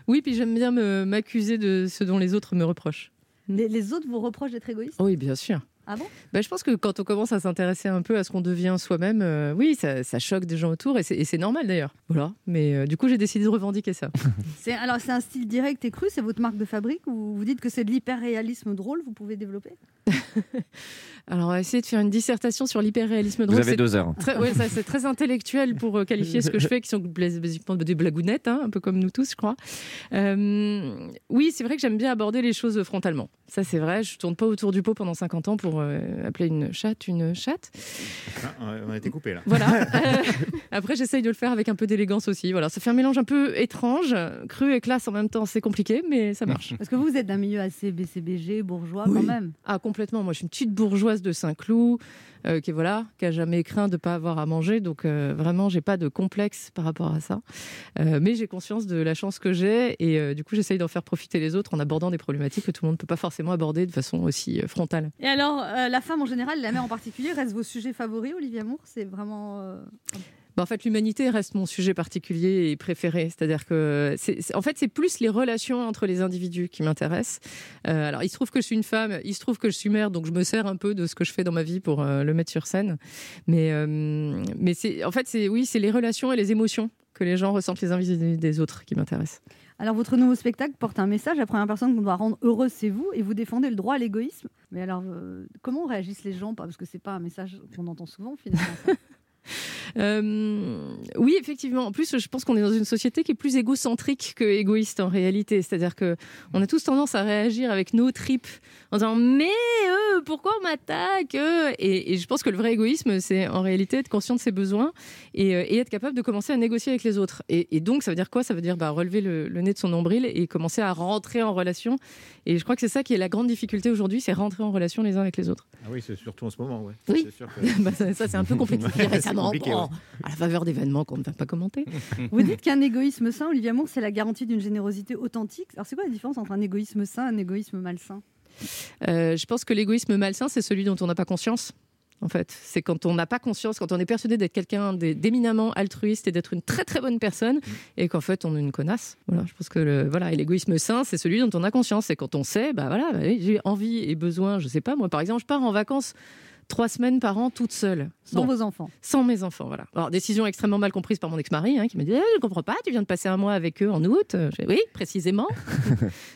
I: Oui, puis j'aime bien me- m'accuser de ce dont les autres me reprochent.
C: les, les autres vous reprochent d'être égoïste
I: Oui, bien sûr.
C: Ah bon
I: Bah, Je pense que quand on commence à s'intéresser un peu à ce qu'on devient soi-même, euh, oui, ça, ça choque des gens autour et c'est et c'est normal d'ailleurs. Voilà. Mais euh, du coup, j'ai décidé de revendiquer ça.
C: C'est Alors, c'est un style direct et cru. C'est votre marque de fabrique. Vous, vous dites que c'est de l'hyper-réalisme drôle. Vous pouvez développer
I: Alors, on va essayer de faire une dissertation sur l'hyperréalisme
E: Vous
I: drôle.
E: avez
I: C'est
E: deux heures.
I: très, ouais, ça, c'est très intellectuel pour euh, qualifier ce que je fais, qui sont bla- basiquement des blagounettes, hein, un peu comme nous tous, je crois. Euh, oui, c'est vrai que j'aime bien aborder les choses frontalement. Ça, c'est vrai. Je tourne pas autour du pot pendant 50 ans pour euh, appeler une chatte une chatte.
G: Ah,
D: On a été coupé là.
I: Voilà. Euh, après, j'essaye de le faire avec un peu d'élégance aussi. Voilà, ça fait un mélange un peu étrange, cru et classe en même temps. C'est compliqué, mais ça marche.
C: Parce que vous, vous êtes d'un milieu assez BCBG, bourgeois quand
I: Oui.
C: même.
I: Ah, complètement. Moi, je suis une petite bourgeoise de Saint-Cloud, euh, qui voilà, qui a jamais craint de pas avoir à manger. Donc euh, vraiment, j'ai pas de complexe par rapport à ça. Euh, mais j'ai conscience de la chance que j'ai et euh, du coup, j'essaye d'en faire profiter les autres en abordant des problématiques que tout le monde ne peut pas forcément aborder de façon aussi euh, frontale.
C: Et alors, euh, la femme en général, la mère en particulier, reste vos sujets favoris, Olivia Moore C'est vraiment. euh,
I: Bah, en fait, l'humanité reste mon sujet particulier et préféré. C'est-à-dire que, c'est, c'est- en fait, c'est plus les relations entre les individus qui m'intéressent. Euh, alors, il se trouve que je suis une femme, il se trouve que je suis mère, donc je me sers un peu de ce que je fais dans ma vie pour euh, le mettre sur scène. Mais, euh, mais c'est, en fait, c'est, oui, c'est les relations et les émotions que que les gens ressentent les uns vis-à-vis des autres qui m'intéresse.
C: Alors, votre nouveau spectacle porte un message. La première personne qu'on doit rendre heureuse, c'est vous. Et vous défendez le droit à l'égoïsme. Mais alors, euh, comment réagissent les gens Parce que c'est pas un message qu'on entend souvent, finalement. ça.
I: Euh, oui, effectivement. En plus, je pense qu'on est dans une société qui est plus égocentrique que égoïste en réalité. C'est-à-dire que on a tous tendance à réagir avec nos tripes en disant mais euh, pourquoi on m'attaque euh et, et je pense que le vrai égoïsme, c'est en réalité être conscient de ses besoins et, euh, et être capable de commencer à négocier avec les autres. Et, et donc, ça veut dire quoi Ça veut dire bah, relever le, le nez de son nombril et commencer à rentrer en relation. Et je crois que c'est ça qui est la grande difficulté aujourd'hui, c'est rentrer en relation les uns avec les autres.
D: Ah oui, c'est surtout en ce moment, ouais.
I: Oui.
D: C'est sûr que-
I: Bah, ça, ça, c'est un peu compliqué
D: Ouais,
I: récemment,
D: c'est compliqué,
I: bon, à la faveur d'événements qu'on ne va pas commenter.
C: Vous dites qu'un égoïsme sain, Olivier Amour, c'est la garantie d'une générosité authentique. Alors, c'est quoi la différence entre un égoïsme sain et un égoïsme malsain
I: Euh, je pense que l'égoïsme malsain, c'est celui dont on n'a pas conscience. En fait, c'est quand on n'a pas conscience, quand on est persuadé d'être quelqu'un d'é- d'éminemment altruiste et d'être une très très bonne
D: Mm.
I: personne, et qu'en fait on est une connasse. Voilà, je pense que le, voilà, et l'égoïsme sain, c'est celui dont on a conscience. C'est quand on sait, bah voilà, bah, j'ai envie et besoin, je sais pas. Moi, par exemple, je pars en vacances trois semaines par an toute seule.
C: Sans
I: Bon
C: vos enfants.
I: sans mes enfants. Voilà. Alors, décision extrêmement mal comprise par mon ex-mari, hein, qui m'a dit Eh, Je comprends pas, tu viens de passer un mois avec eux en août. Euh, j'ai dit, oui, précisément.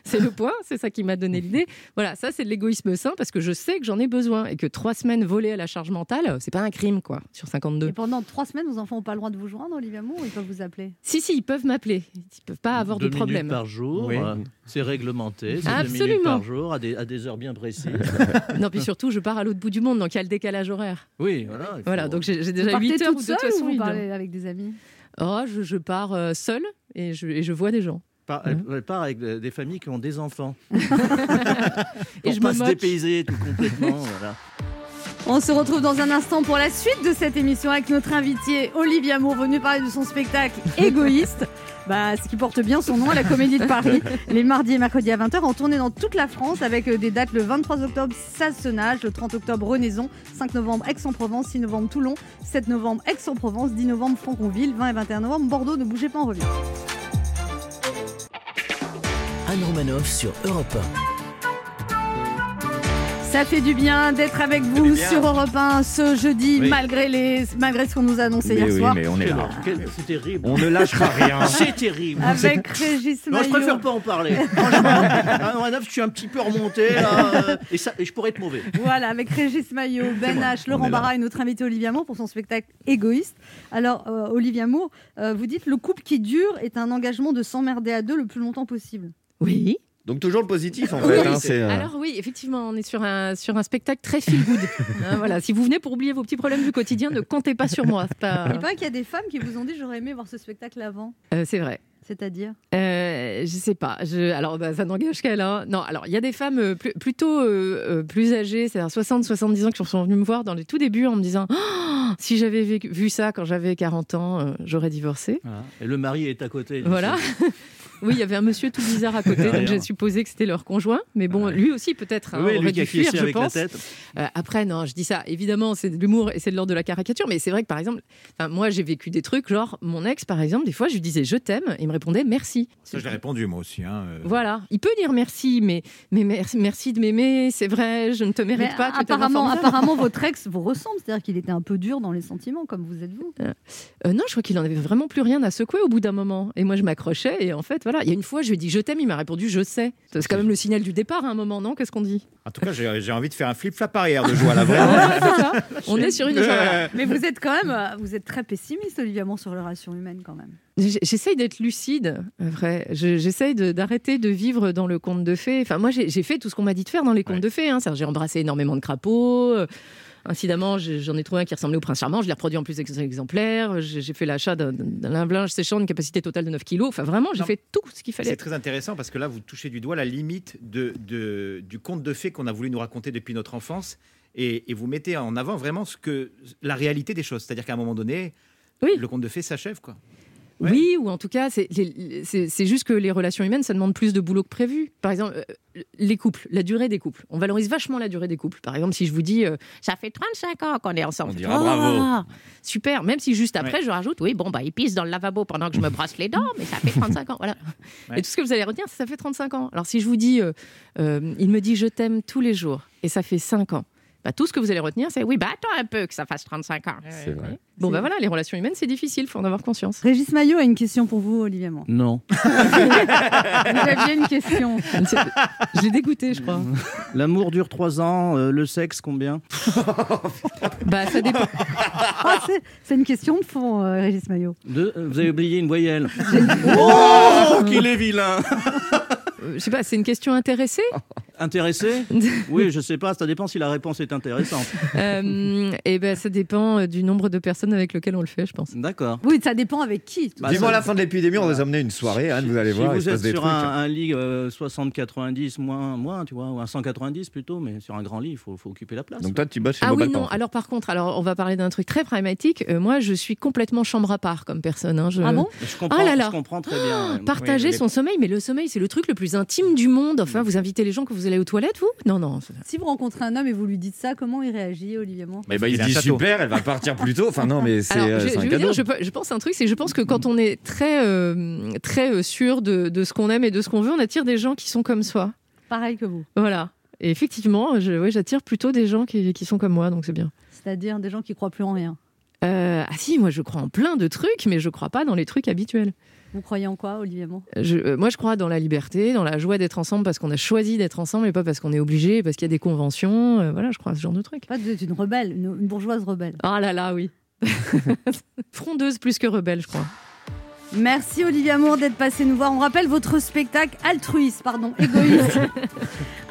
I: c'est le point, c'est ça qui m'a donné l'idée. Voilà, ça, c'est de l'égoïsme sain parce que je sais que j'en ai besoin et que trois semaines volées à la charge mentale, euh, c'est pas un crime, quoi, sur 52.
C: Et pendant trois semaines, vos enfants n'ont pas le droit de vous joindre, Olivier Amour, ou ils peuvent vous appeler
I: Si, si, ils peuvent m'appeler. Ils peuvent pas avoir
F: deux
I: de
F: minutes
I: problème.
F: par jour,
E: Oui.
F: euh, c'est réglementé, c'est deux minutes
I: Absolument.
F: par jour, à des, à des heures bien précises.
I: Non, puis surtout, je pars à l'autre bout du monde, donc il y a le décalage horaire.
F: oui, voilà. il
I: Voilà,
F: faut-
I: donc j'ai j'ai
C: Vous
I: déjà
C: partez
I: 8 heures
C: toute
I: où, de
C: seule
I: toute façon.
C: ou vous
I: il dort.
C: parlez avec des amis
I: Oh, je, je pars euh, seule et je, et je vois des gens. Hein
F: Par- elle, elle part avec euh, des familles qui ont des enfants.
I: Et
F: On
I: je me
F: passe
I: moque.
F: dépayser tout complètement. voilà.
C: On se retrouve dans un instant pour la suite de cette émission avec notre invité Olivier Amour, venu parler de son spectacle Égoïste. Bah, ce qui porte bien son nom à la Comédie de Paris, les mardis et mercredis à 20h, en tournée dans toute la France avec euh, des dates le 23 octobre Sassenage, le 30 octobre Renaison, 5 novembre Aix-en-Provence, 6 novembre Toulon, 7 novembre Aix-en-Provence, 10 novembre Franconville, 20 et 21 novembre Bordeaux. Ne bougez pas, on revient.
B: Anne Romanoff sur Europe
C: Ça fait du bien d'être avec vous sur Europe 1 ce jeudi,
E: Oui.
C: malgré, les, malgré ce qu'on nous a annoncé hier
E: Mais oui,
C: soir.
E: mais on est
F: Quel-
E: là.
F: quel- C'est terrible.
E: On ne lâchera rien.
F: C'est terrible.
C: Avec Régis
F: Non, je
C: Maillot.
F: préfère pas en parler. Franchement, hein, Renoff, je suis un petit peu remonté là, euh, et, ça, et je pourrais être mauvais.
C: Voilà, avec Régis Maillot, Ben H, Laurent Barra et notre invité Olivier Amour pour son spectacle Égoïste. Alors, euh, Olivier Amour, euh, vous dites le couple qui dure est un engagement de s'emmerder à deux le plus longtemps possible.
I: Oui.
E: Donc toujours le positif en
I: Oui,
E: fait. hein, c'est, euh,
I: Alors oui, effectivement, on est sur un, sur un spectacle très feel good. Hein, voilà, si vous venez pour oublier vos petits problèmes du quotidien, ne comptez pas sur moi. C'est,
E: Ah.
I: pas-
C: Il paraît qu'il y a des femmes qui vous ont dit j'aurais aimé voir ce spectacle avant.
I: Euh, c'est vrai.
C: C'est-à-dire
I: Euh, je sais pas. Je- alors bah, ça n'engage qu'elle. hein. Non, alors il y a des femmes euh, plus- plutôt euh, euh, plus âgées, c'est-à-dire 60-70 ans, qui sont venues me voir dans les tout débuts en me disant Ah, si j'avais vécu- vu ça quand j'avais 40 ans, euh, j'aurais divorcé.
E: Ah.
F: Et le mari est à côté. donc
I: Voilà. Oui, il y avait un monsieur tout bizarre à côté, donc j'ai supposé que c'était leur conjoint. Mais bon, lui aussi peut-être
F: c'est-
I: hein,
F: Ah, Oui,
I: aurait
F: lui qui
I: dû
F: a
I: fuir,
F: acquiescé
I: je
F: avec
I: pense.
F: la tête.
I: Euh, après, non, je dis ça. Évidemment, c'est de l'humour et c'est de l'ordre de la caricature. Mais c'est vrai que, par exemple, enfin, moi, j'ai vécu des trucs, genre, mon ex, par exemple, des fois, je lui disais je t'aime, et il me répondait merci.
D: Ça, je l'ai répondu, moi aussi. hein, euh.
I: Voilà. Il peut dire merci, mais, mais merci, merci de m'aimer, c'est vrai, je ne te mérite
C: Mais
I: pas. tu es tellement
C: apparemment,
I: formidable.
C: apparemment, votre ex vous ressemble, c'est-à-dire qu'il était un peu dur dans les sentiments, comme vous êtes vous.
I: Euh, non, je crois qu'il en avait vraiment plus rien à secouer au bout d'un moment. Et moi, je m'accrochais, et en fait, voilà. Il y a une fois, je lui ai dit je t'aime, il m'a répondu je sais. C'est quand même le signal du départ à un moment, non Qu'est-ce qu'on dit
D: En tout cas, j'ai j'ai envie de faire un flip-flap arrière de joie, là, vraiment.
I: Voilà, c'est ça. On est sur une. enfin, voilà.
D: Euh,
C: Mais vous êtes quand même, euh, vous êtes très pessimiste, Olivier Amour, sur les relations humaines quand même.
I: J- J'essaye d'être lucide, en vrai. Je- J'essaye de- d'arrêter de vivre dans le conte de fées. Enfin, moi, j'ai j'ai fait tout ce qu'on m'a dit de faire dans les contes
D: Ouais.
I: de fées. hein. C'est-à-dire, J'ai embrassé énormément de crapauds. euh, Incidemment, j'ai- j'en ai trouvé un qui ressemblait au prince charmant. Je l'ai reproduit en plus ex- exemplaires. J'ai j'ai fait l'achat d'un- d'un linge séchant d'une capacité totale de 9 kilos. Enfin, vraiment, j'ai
D: Non.
I: fait tout ce qu'il
D: C'est
I: fallait.
D: très intéressant parce que là, vous touchez du doigt la limite de, de- du conte de fées qu'on a voulu nous raconter depuis notre enfance. Et, et vous mettez en avant vraiment ce que, la réalité des choses. C'est-à-dire qu'à un moment donné,
I: Oui.
D: le conte de fées s'achève. quoi. Ouais.
I: Oui, ou en tout cas, c'est les- les- c'est- c'est juste que les relations humaines, ça demande plus de boulot que prévu. Par exemple, euh, les couples, la durée des couples. On valorise vachement la durée des couples. Par exemple, si je vous dis, euh, ça fait 35 ans qu'on est ensemble.
E: On dira
I: Ah,
E: bravo.
I: Super, même si juste après, je rajoute, oui, bon, bah, il pisse dans le lavabo pendant que je me brosse les dents, mais ça fait 35 ans. Voilà.
D: Ouais.
I: Et tout ce que vous allez retenir, c'est ça fait 35 ans. Alors si je vous dis, euh, euh, il me dit, je t'aime tous les jours, et ça fait 5 ans. bah, tout ce que vous allez retenir, c'est oui, bah attends un peu que ça fasse 35 ans.
E: C'est vrai.
I: Bon, bah voilà, les relations humaines, c'est difficile, faut en avoir conscience.
C: Régis Maillot a une question pour vous, Olivier Mant.
F: Non.
C: Vous aviez une question.
I: Je ne sais- je l'ai dégoûté, je crois.
F: L'amour dure 3 ans, euh, le sexe combien
I: Bah, ça dépend.
C: Ah, c'est- c'est une question de fond, euh, Régis Maillot.
F: Deux, euh, Vous avez oublié une voyelle.
E: Oh, qu'il est vilain
I: Euh, Je sais pas, c'est une question intéressée
F: Intéressé Oui, je sais pas, ça dépend si la réponse est intéressante.
I: Et ben, ça dépend euh, du nombre de personnes avec lesquelles on le fait, je pense.
F: D'accord.
C: Oui, ça dépend avec qui.
F: Bah,
E: Vivant
F: ça-
E: la fin de l'épidémie, on va vous emmener une soirée, Anne, vous allez
F: si
E: voir, il
F: vous
E: se passe
F: êtes
E: des
F: sur
E: trucs. hein.
F: un, un lit euh, 60-90, moins, moins, tu vois, ou un 190 plutôt, mais sur un grand lit, il faut, faut occuper la place.
E: Donc toi, tu bosses chez
I: Ah oui,
E: Mobile
I: non.
E: Power.
I: Alors, par contre, alors, on va parler d'un truc très pragmatique. Euh, moi, je suis complètement chambre à part comme personne. hein. Je-
C: Ah bon
F: je comprends,
I: Ah là là.
F: je comprends très bien. ouais.
I: Partager son sommeil, mais le sommeil, c'est le truc le plus intime du monde. Enfin, vous invitez les gens que vous allez aux toilettes, vous Non, non.
C: Si vous rencontrez un homme et vous lui dites ça, comment il réagit, Olivier Mant
E: Mais bah, il
D: a un
E: dit
D: château.
E: super, elle va partir plus tôt. Enfin non, mais c'est
I: Alors,
E: euh,
I: je,
E: c'est
I: je
E: un
I: veux
E: cadeau.
I: dire, je, pe- je pense un truc, c'est que je pense que quand on est très, euh, très euh, sûr de, de ce qu'on aime et de ce qu'on veut, on attire des gens qui sont comme soi.
C: Pareil que vous.
I: Voilà. Et effectivement, je- ouais, j'attire plutôt des gens qui, qui sont comme moi, donc c'est bien.
C: C'est-à-dire des gens qui croient plus en rien.
I: Euh, ah si, moi je crois en plein de trucs, mais je crois pas dans les trucs habituels.
C: Vous croyez en quoi, Olivier Mant
I: Je- euh, moi, je crois dans la liberté, dans la joie d'être ensemble parce qu'on a choisi d'être ensemble et pas parce qu'on est obligé, parce qu'il y a des conventions. euh, voilà, je crois à ce genre de truc.
C: Pas, Vous êtes une rebelle, une, une bourgeoise rebelle.
I: Ah là là, oui. Frondeuse plus que rebelle, je crois.
C: Merci Olivier Amour d'être passé nous voir. On rappelle votre spectacle altruiste, pardon, égoïste.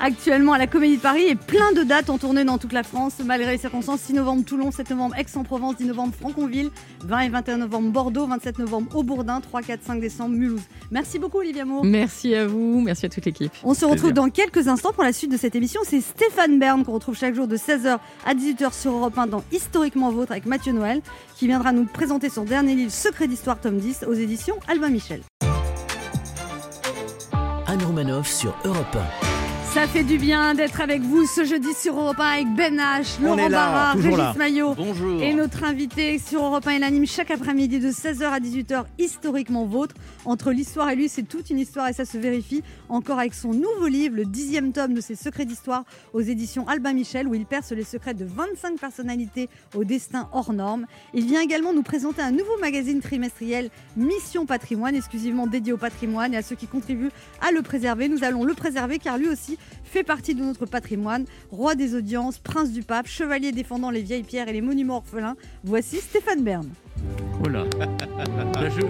C: Actuellement à la Comédie de Paris et plein de dates en tournée dans toute la France malgré les circonstances. 6 novembre Toulon, 7 novembre Aix-en-Provence, 10 novembre Franconville, 20 et 21 novembre Bordeaux, 27 novembre Aubourdin, 3, 4, 5 décembre Mulhouse. Merci beaucoup Olivier Amour.
I: Merci à vous, merci à toute l'équipe.
C: On se retrouve dans quelques instants pour la suite de cette émission. C'est Stéphane Bern qu'on retrouve chaque jour de 16h à 18h sur Europe 1 dans Historiquement Vôtre avec Mathieu Noël qui viendra nous présenter son dernier livre Secret d'Histoire tome 10 aux éditions Albin Michel.
B: Anne Romanoff sur Europe
C: Ça fait du bien d'être avec vous ce jeudi sur Europe 1 avec Ben H,
F: On
C: Laurent
F: est là,
C: Barra,
F: toujours
C: Régis
F: là.
C: Maillot
F: Bonjour.
C: et notre invité sur Europe 1. Il anime chaque après-midi de 16h à 18h historiquement vôtre. Entre l'histoire et lui, c'est toute une histoire et ça se vérifie encore avec son nouveau livre, le dixième tome de ses secrets d'histoire aux éditions Albin Michel où il perce les secrets de 25 personnalités au destin hors norme. Il vient également nous présenter un nouveau magazine trimestriel Mission Patrimoine, exclusivement dédié au patrimoine et à ceux qui contribuent à le préserver. Nous allons le préserver car lui aussi fait partie de notre patrimoine. Roi des audiences, prince du pape, chevalier défendant les vieilles pierres et les monuments orphelins. Voici Stéphane Bern.
J: Oh là. Là, je-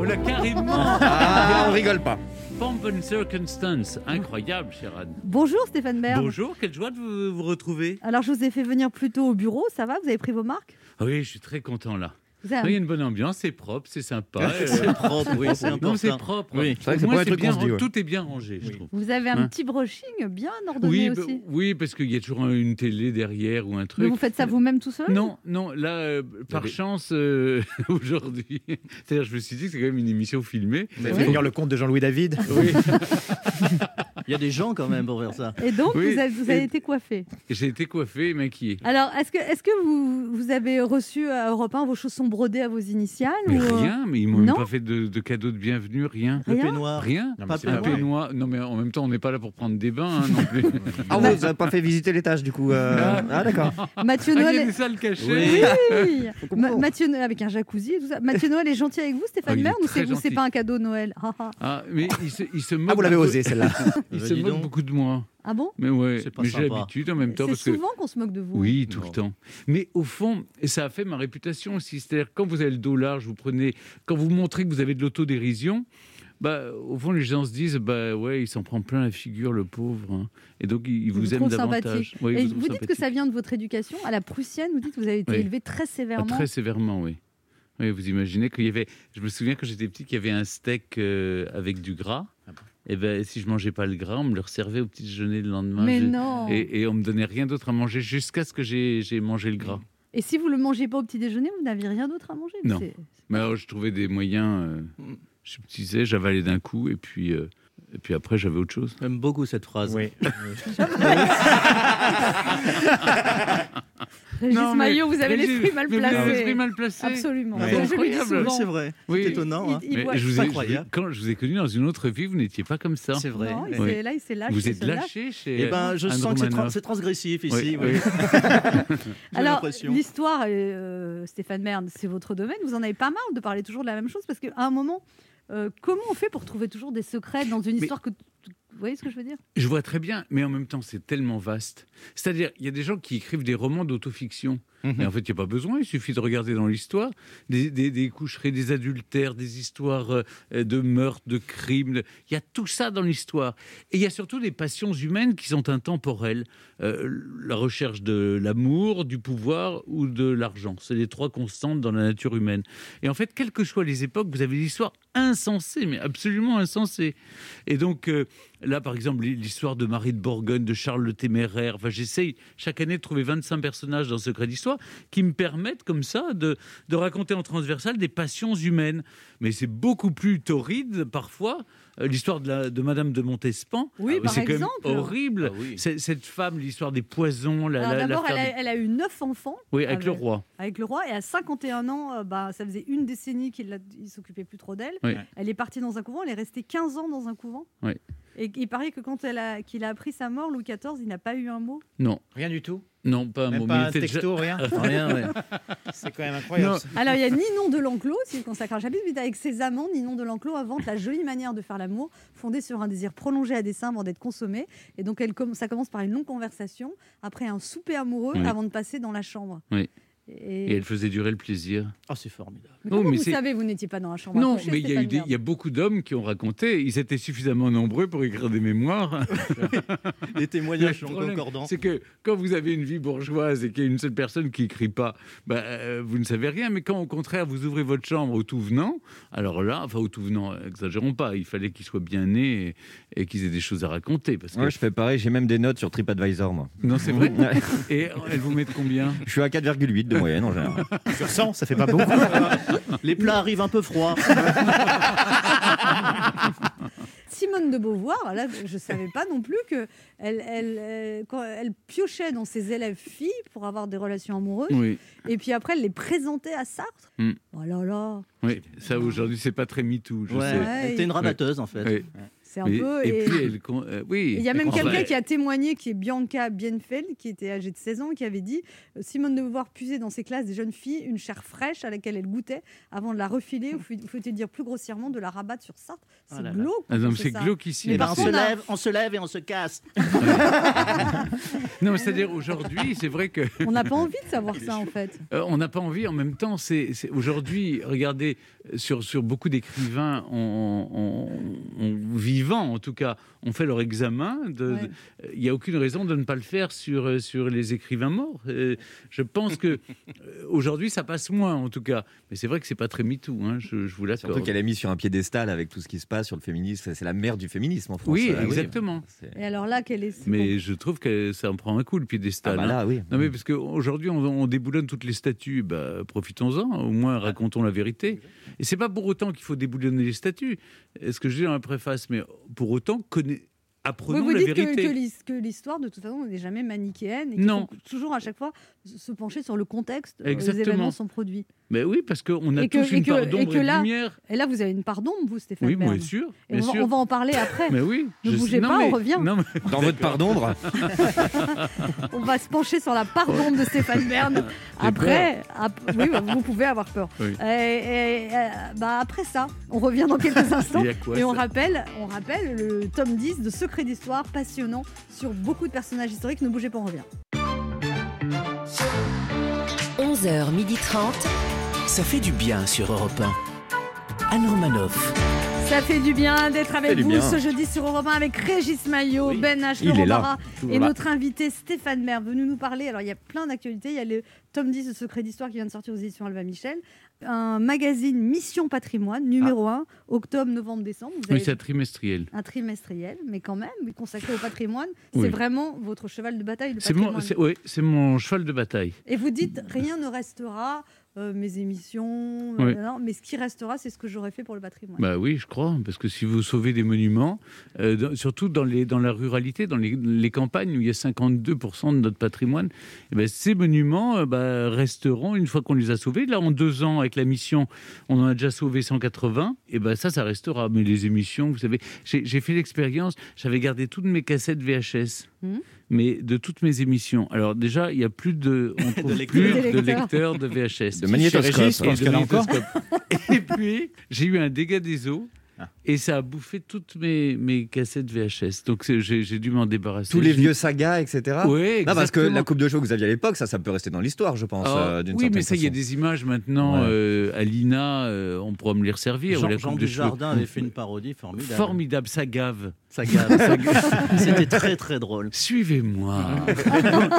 J: Oh là, carrément.
E: Ah, on rigole pas.
J: Pomp and circumstance. Incroyable, chère Anne.
C: Bonjour Stéphane Bern.
J: Bonjour, quelle joie de vous, vous retrouver.
C: Alors je vous ai fait venir plus tôt au bureau, ça va Vous avez pris vos marques
J: Ah Oui, je suis très content là.
C: Vous avez-
J: Ah, Il y a une bonne ambiance, c'est propre, c'est sympa. Euh,
F: C'est propre, oui, c'est
J: Non, c'est
F: important.
J: propre.
F: Oui.
E: C'est vrai que c'est
J: Au moins,
E: pas un truc
J: bien,
E: qu'on se dit, ouais.
J: Tout est bien rangé, je trouve.
C: Vous avez un
J: Hein
C: petit brushing bien
J: Oui,
C: ordonné
J: bah,
C: aussi.
J: oui, parce qu'il y a toujours une télé derrière ou un
C: Mais
J: truc.
C: vous faites ça vous-même tout seul
J: Non, non, là, euh, par
E: avez-
J: chance, euh, aujourd'hui, c'est-à-dire, je me suis dit que c'est quand même une émission filmée.
D: Vous avez fait venir le compte de Jean-Louis David
J: Oui.
F: Il y a des gens quand même pour faire ça.
C: Et donc
J: Oui.
C: vous avez, vous avez
J: Et-
C: été coiffé.
J: J'ai été coiffé et maquillé.
C: Alors est-ce que, est que vous, vous avez reçu à Europe 1 vos chaussons brodés à vos initiales
J: Mais
C: ou, euh,
J: rien, mais ils m'ont même
C: non.
J: pas fait de, de cadeau de bienvenue, rien.
F: Le
C: Rien
F: peignoir.
J: Rien.
D: Non, mais
F: Pas
D: c'est
J: Un
D: pas vrai.
J: peignoir. Non, mais en même temps, on n'est pas là pour prendre des bains hein, non plus.
E: Ah, on vous a pas fait visiter l'étage du coup. euh, Ah, d'accord.
C: Mathieu
J: Ah, il y
C: Noël
J: a des
C: est-
J: salles cachées.
F: Oui.
C: Oui. Ma- Mathieu Noël avec un jacuzzi et tout ça. Mathieu Noël est gentil avec vous,
J: Ah,
C: Stéphane
J: il est
C: Bern, ou
J: très
C: c'est ou c'est
J: gentil.
C: pas un cadeau Noël Ah, ah.
J: Ah, mais il se, il se moque
E: Ah, vous l'avez
J: beaucoup-
E: osé celle-là.
J: Il
F: Bah,
J: se
F: dis
J: moque
F: donc.
J: beaucoup de moi.
C: Ah bon
J: Mais ouais,
F: C'est pas
J: mais j'ai
F: sympa.
J: l'habitude en même temps.
C: C'est
J: parce que...
C: souvent qu'on se moque de vous.
J: Oui, tout
F: Non.
J: le temps. Mais au fond, et ça a fait ma réputation aussi. C'est-à-dire, quand vous avez le dos large, vous prenez, quand vous montrez que vous avez de l'autodérision, bah, au fond, les gens se disent, bah ouais, il s'en prend plein la figure, le pauvre. hein. Et donc, ils ils vous,
C: vous
J: aiment
C: trouvent
J: davantage. Ouais, ils
C: Et
J: vous trouvent
C: vous dites que ça
J: sympathique.
C: vient de votre éducation à la prussienne. Vous dites que vous avez été
J: Oui.
C: élevé très
J: Ah,
C: sévèrement.
J: Très sévèrement, oui. Oui, vous imaginez qu'il y avait. Je me souviens quand j'étais petit qu'il y avait un steak euh, avec du gras. Et ben, si je mangeais pas le gras, on me le servait au petit déjeuner le lendemain.
C: Mais
J: Je-
C: non. Et...
J: Et, et on me donnait rien d'autre à manger jusqu'à ce que j'ai j'ai mangé le gras.
C: si vous le mangez pas au petit déjeuner, vous n'aviez rien d'autre à manger.
J: Non.
C: C'est-
J: Mais alors, je trouvais des moyens. euh, je me disais, j'avalais d'un coup, et puis, euh, et puis après, j'avais autre chose.
F: J'aime beaucoup cette phrase.
D: Oui.
C: Régis
J: Non, mais-
C: Maillot, vous avez
J: Régis-
C: l'esprit mal
J: mais vous avez
C: placé.
E: Ah,
J: l'esprit mal placé.
C: Absolument.
J: Ouais.
C: Je le dis
J: Incroyable.
C: souvent.
J: Oui, c'est
F: vrai.
J: Oui.
F: C'est étonnant. hein.
C: Il- il
J: Mais
C: voit-
J: je vous
F: C'est
J: ai,
F: incroyable.
J: je- quand je vous ai connu dans une autre vie, vous n'étiez pas comme ça.
F: C'est vrai.
C: Non, il
J: Ouais.
C: s'est- là, il s'est lâché.
J: Vous
C: il
J: êtes
C: se lâche.
J: lâché chez.
F: Eh ben, je sens que c'est, trans- c'est transgressif ici.
J: Oui,
F: oui.
J: oui.
F: J'ai
C: Alors,
F: l'impression.
C: l'histoire, euh, Stéphane Bern, c'est votre domaine. Vous en avez pas marre de parler toujours de la même chose Parce qu'à un moment, euh, comment on fait pour trouver toujours des secrets dans une
J: Mais-
C: histoire que. Vous voyez ce que je veux dire
J: Je vois très bien, mais en même temps, c'est tellement vaste. C'est-à-dire, il y a des gens qui écrivent des romans d'autofiction.
G: Mhm.
J: Mais en fait, il n'y a pas besoin, il suffit de regarder dans l'histoire des, des, des coucheries, des adultères, des histoires euh, de meurtres, de crimes. de- Il y a tout ça dans l'histoire. Et il y a surtout des passions humaines qui sont intemporelles. Euh, la recherche de l'amour, du pouvoir ou de l'argent. C'est les trois constantes dans la nature humaine. Et en fait, quelles que soient les époques, vous avez des histoires insensées, mais absolument insensées. Et donc, euh, là, par exemple, l'histoire de Marie de Bourgogne, de Charles le Téméraire, enfin, j'essaye chaque année de trouver 25 personnages dans Secret d'Histoire qui me permettent, comme ça, de, de raconter en transversal des passions humaines. Mais c'est beaucoup plus torride, parfois, euh, l'histoire de, la- de Madame de Montespan.
C: Oui,
J: Mais
C: par
J: c'est quand même
C: exemple.
J: horrible.
D: Ah
J: C'est- Cette femme, l'histoire des poisons, la,
C: Alors
J: la-
C: d'abord, elle,
J: l'affaire
C: a- elle a eu neuf enfants
J: des- Oui, avec
C: Ah,
J: le
C: mais-
J: roi.
C: avec le roi et à 51 ans, euh, bah, ça faisait une décennie qu'il l'a- il s'occupait plus trop d'elle.
J: Oui.
C: Elle est partie dans un couvent, elle est restée 15 ans dans un couvent.
J: Oui.
C: Et il paraît que quand elle a, qu'il a appris sa mort, Louis XIV, il n'a pas eu un mot.
J: Non,
D: Rien du tout.
J: non, pas un
D: Même
J: mot. mais
D: pas
J: il
D: un
J: était déjà-
D: texto, rien.
J: Rien, ouais.
D: C'est quand même incroyable.
J: Non.
D: ça.
C: Alors il y a Ninon de l'Enclos, s'il consacre un chapitre, mais avec ses amants, Ninon de l'Enclos invente la jolie manière de faire l'amour, fondée sur un désir prolongé à dessein avant d'être consommé. Et donc elle, com- ça commence par une longue conversation, après un souper amoureux,
J: Oui.
C: avant de passer dans la chambre.
J: Oui.
C: Et...
J: Et elle faisait durer le plaisir.
F: Ah, c'est formidable.
C: Mais
J: Non,
C: comment
J: mais
C: vous
J: c'est-
C: savez, vous n'étiez pas dans la chambre à
J: Non,
C: coucher,
J: mais il y, a eu
C: Stéphane
J: des-
C: Bern
J: il y a beaucoup d'hommes qui ont raconté. Ils étaient suffisamment nombreux pour écrire des mémoires.
F: Les témoignages
J: Le
F: sont
J: problème,
F: concordants.
J: C'est que quand vous avez une vie bourgeoise et qu'il y a une seule personne qui écrit pas, bah, euh, vous ne savez rien. Mais quand au contraire vous ouvrez votre chambre au tout venant, alors là, enfin au tout venant, euh, exagérons pas. Il fallait qu'ils soient bien nés et, et qu'ils aient des choses à raconter. Parce que
E: Ouais, je fais pareil, j'ai même des notes sur TripAdvisor, moi.
J: non, c'est vrai.
E: Ouais,
J: Et euh, elles vous mettent combien
E: je suis à 4,8 de moyenne en général.
G: Sur 100, ça fait pas beaucoup.
F: Les plats arrivent un peu froids.
C: Simone de Beauvoir, là, je ne savais pas non plus que elle, elle, euh, quand elle piochait dans ses élèves filles pour avoir des relations amoureuses,
J: Oui,
C: et puis après elle les présentait à Sartre.
J: Hmm.
C: Oh là là,
J: oui. Ça aujourd'hui, c'est pas très MeToo, je
F: Ouais,
J: sais.
F: elle était une rabatteuse en fait.
J: Oui.
C: c'est un
J: Mais-
C: peu.
J: et,
C: et-
J: puis elle, con- euh, oui.
C: Il y a même
J: Enfin,
C: quelqu'un qui a témoigné, qui est Bianca Bienfeld, qui était âgée de 16 ans, qui avait dit euh, Simone de Beauvoir puisait dans ses classes des jeunes filles une chair fraîche à laquelle elle goûtait avant de la refiler, ou faut- faut-il dire plus grossièrement, de la rabattre sur Sartre. C'est
F: Oh là là.
C: glauque.
J: Ah non, mais c'est
C: ça.
J: glauquissime.
C: Mais
F: Eh ben,
C: par
F: on,
C: contre,
F: se
C: on a-
F: lève, on se lève et on se casse.
J: Non, mais c'est-à-dire aujourd'hui, c'est vrai que
C: On n'a pas envie de savoir ça en fait.
J: euh, on n'a pas envie. En même temps, c'est c'est- aujourd'hui, regardez euh, sur sur beaucoup d'écrivains on, on- on- vivants, en tout cas, on fait leur examen. de- de- euh, Il
C: Ouais.
J: n'y a aucune raison de ne pas le faire sur euh, sur les écrivains morts. Euh, je pense que euh, aujourd'hui, ça passe moins, en tout cas. Mais c'est vrai que c'est pas très MeToo, hein, je, je vous
E: Surtout
J: l'accorde.
E: qu'elle est mise sur un piédestal avec tout ce qui se passe sur le féminisme. C'est la mère du féminisme en France.
J: Ah, Oui,
E: Euh,
J: exactement.
E: C'est-
C: Et alors là, quelle est.
J: Mais je trouve que ça en prend un coup le piédestal.
E: Ah bah
J: hein.
E: là, oui.
J: Non
C: Mm.
J: mais parce qu'aujourd'hui on, on déboulonne toutes les statues, bah, profitons-en, au moins racontons la vérité. Et c'est pas pour autant qu'il faut déboulonner les statues, est ce que je dis dans la préface, mais pour autant conna-
C: Oui,
J: apprenons
C: vous
J: la
C: dites que,
J: vérité.
C: que l'his- que l'histoire, de toute façon, n'est jamais manichéenne et qu'il
J: Non.
C: faut toujours à chaque fois se pencher sur le contexte où les
J: Exactement.
C: événements sont produits.
J: Mais oui, parce qu'on a
C: Et que-
J: tous
C: et
J: une
C: que-
J: part
C: et
J: d'ombre
C: que
J: et, de
C: là-
J: lumière.
C: Et là, vous avez une part d'ombre, vous, Stéphane
J: Oui,
C: Bern.
J: bien sûr,
C: Et
J: bien
C: on, va,
J: sûr.
C: on va en parler après.
J: Mais oui,
C: Ne
J: je
C: bougez
J: sais- non,
C: pas, on
J: mais-
C: revient.
J: non, mais-
E: Dans votre part d'ombre,
C: On va se pencher sur la part d'ombre de Stéphane Bern. Après, ap- oui, bah, vous pouvez avoir peur.
J: Oui.
C: Et- et- euh, bah, après ça, on revient dans quelques instants.
J: Il y a quoi
C: Et on
J: ça
C: rappelle, on rappelle le tome 10 de Secrets d'Histoire, passionnant, sur beaucoup de personnages historiques. Ne bougez pas, on revient.
K: 11h30.
B: Ça fait du bien sur Europe 1. Anne Romanoff.
C: Ça fait du bien d'être
E: fait
C: avec
E: du
C: vous
E: bien.
C: ce jeudi sur Europe 1 avec Régis Maillot, Ben H,
E: il
C: Laurent
E: est là,
C: Barra
E: toujours
C: et
E: là.
C: notre invité Stéphane Maire venu nous parler. Alors il y a plein d'actualités. Il y a le tome 10 de Secret d'Histoire qui vient de sortir aux éditions Alva Michel. Un magazine Mission Patrimoine, numéro
E: Ah.
C: 1, octobre, novembre, décembre. Vous
J: Oui,
C: avez
J: c'est un trimestriel.
C: un trimestriel, mais quand même, consacré au patrimoine. C'est
J: Oui.
C: vraiment votre cheval de bataille, le
J: C'est mon,
C: patrimoine.
J: c'est- ouais, c'est mon cheval de bataille.
C: Et vous dites, rien ne restera euh, mes émissions,
J: Oui.
C: nanana, mais ce qui restera, c'est ce que j'aurais fait pour le patrimoine.
J: Bah oui, je crois, parce que si vous sauvez des monuments, euh, dans- surtout dans, les, dans la ruralité, dans les, les campagnes où il y a 52% de notre patrimoine, eh ben, ces monuments euh, bah, resteront une fois qu'on les a sauvés. Là, en deux ans, avec la mission, on en a déjà sauvé 180, et ben ça, ça restera. Mais les émissions, vous savez, j'ai j'ai fait l'expérience, j'avais gardé toutes mes cassettes VHS.
C: Mhm.
J: Mais de toutes mes émissions. Alors déjà, il y a plus de, on trouve plus
D: lecteurs.
J: de
D: De
J: lecteurs de VHS,
E: De magnétoscope,
J: Et
E: je pense
J: de
E: qu'elle a encore.
J: magnétoscope. Et puis, j'ai eu un dégât des eaux.
E: Ah.
J: Et ça a bouffé toutes mes, mes cassettes VHS. Donc c'est- j'ai j'ai dû m'en débarrasser.
E: Tous les
J: Je-
E: vieux sagas, etc.
J: Ouais,
E: non, parce que
J: exactement.
E: la coupe de cheveux que vous aviez à l'époque, ça, ça peut rester dans l'histoire, je pense.
J: Ah,
E: euh, d'une
J: oui, mais
E: certaine
J: ça, il y a
E: façon.
J: des images maintenant
E: Ouais.
J: euh, à l'INA. euh, on pourra me les resservir. ou
F: Jean,
J: la
F: Jean
J: coupe de
F: Dujardin
J: cheveux.
F: avait fait une parodie formidable.
J: Formidable, ça gave.
F: Ça gave, ça gave. C'était très très drôle.
J: Suivez-moi.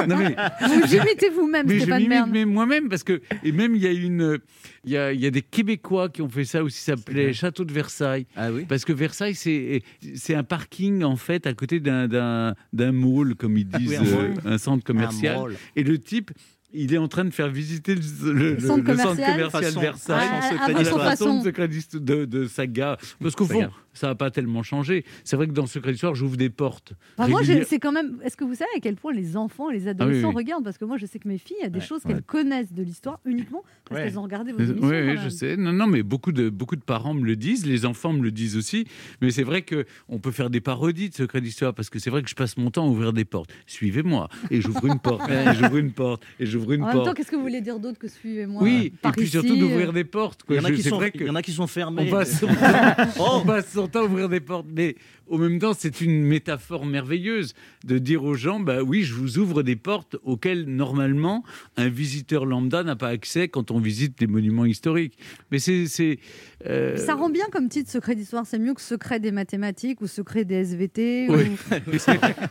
J: non, mais
C: Vous vous imitez vous-même,
J: Mais je
C: Stéphane
J: m'imite,
C: Bern.
J: mais moi-même, parce que. Et même, il y a une. Il y a, il y a des Québécois qui ont fait ça aussi, ça s'appelait Château de Versailles.
F: Ah oui
J: Parce que Versailles, c'est c'est un parking, en fait, à côté d'un- d'un d'un mall, comme ils disent,
F: Ah Oui, un
J: euh,
F: mall.
J: un, centre commercial.
F: Un rôle.
J: Et le type. Il est en train de faire visiter le, le-
C: Le centre
J: le
C: commercial
J: commercial
F: Façon.
J: Versailles
C: Ah,
J: son
C: à
J: secret
C: votre
J: d'histoire.
C: façon.
J: Son secret d'histo- de, de saga. Parce qu'au fond,
F: Saga.
J: ça n'a pas tellement changé. C'est vrai que dans Secret d'Histoire, j'ouvre des portes.
C: Enfin, Bah, moi, j'ai-
J: régulières.
C: c'est quand même. Est-ce que vous savez à quel point les enfants, les adolescents
J: Ah oui.
C: regardent Parce que moi, je sais que mes filles, il y a des
E: Ouais,
C: choses qu'elles
E: ouais.
C: connaissent de l'histoire uniquement parce
E: Ouais.
C: qu'elles ont regardé vos
J: Oui,
C: émissions.
J: oui,
C: quand
J: je
C: même.
J: sais. Non, non, mais beaucoup de, beaucoup de parents me le disent, les enfants me le disent aussi. Mais c'est vrai que on peut faire des parodies de Secrets d'Histoire, parce que c'est vrai que je passe mon temps à ouvrir des portes. Suivez-moi. Et j'ouvre une porte, et j'ouvre une porte, et j'ouvre une
C: En même temps,
J: porte.
C: qu'est-ce que vous voulez dire d'autre que suivez-moi
J: Oui,
C: par
J: et puis
C: ici,
J: surtout
C: euh,
J: d'ouvrir des portes.
F: Il
J: Quoi.
F: y en a
J: Je-
F: qui
J: c'est
F: sont-
J: vrai que
F: il y en a qui sont Oh. fermés.
J: on passe, son temps, on passe son temps à ouvrir des portes. Mais au même temps, c'est une métaphore merveilleuse de dire aux gens bah oui, je vous ouvre des portes auxquelles, normalement, un visiteur lambda n'a pas accès quand on visite des monuments historiques. Mais c'est. c'est, euh,
C: Ça rend bien comme titre secret d'histoire, c'est mieux que secret des mathématiques ou secret des SVT. ou-
J: Oui.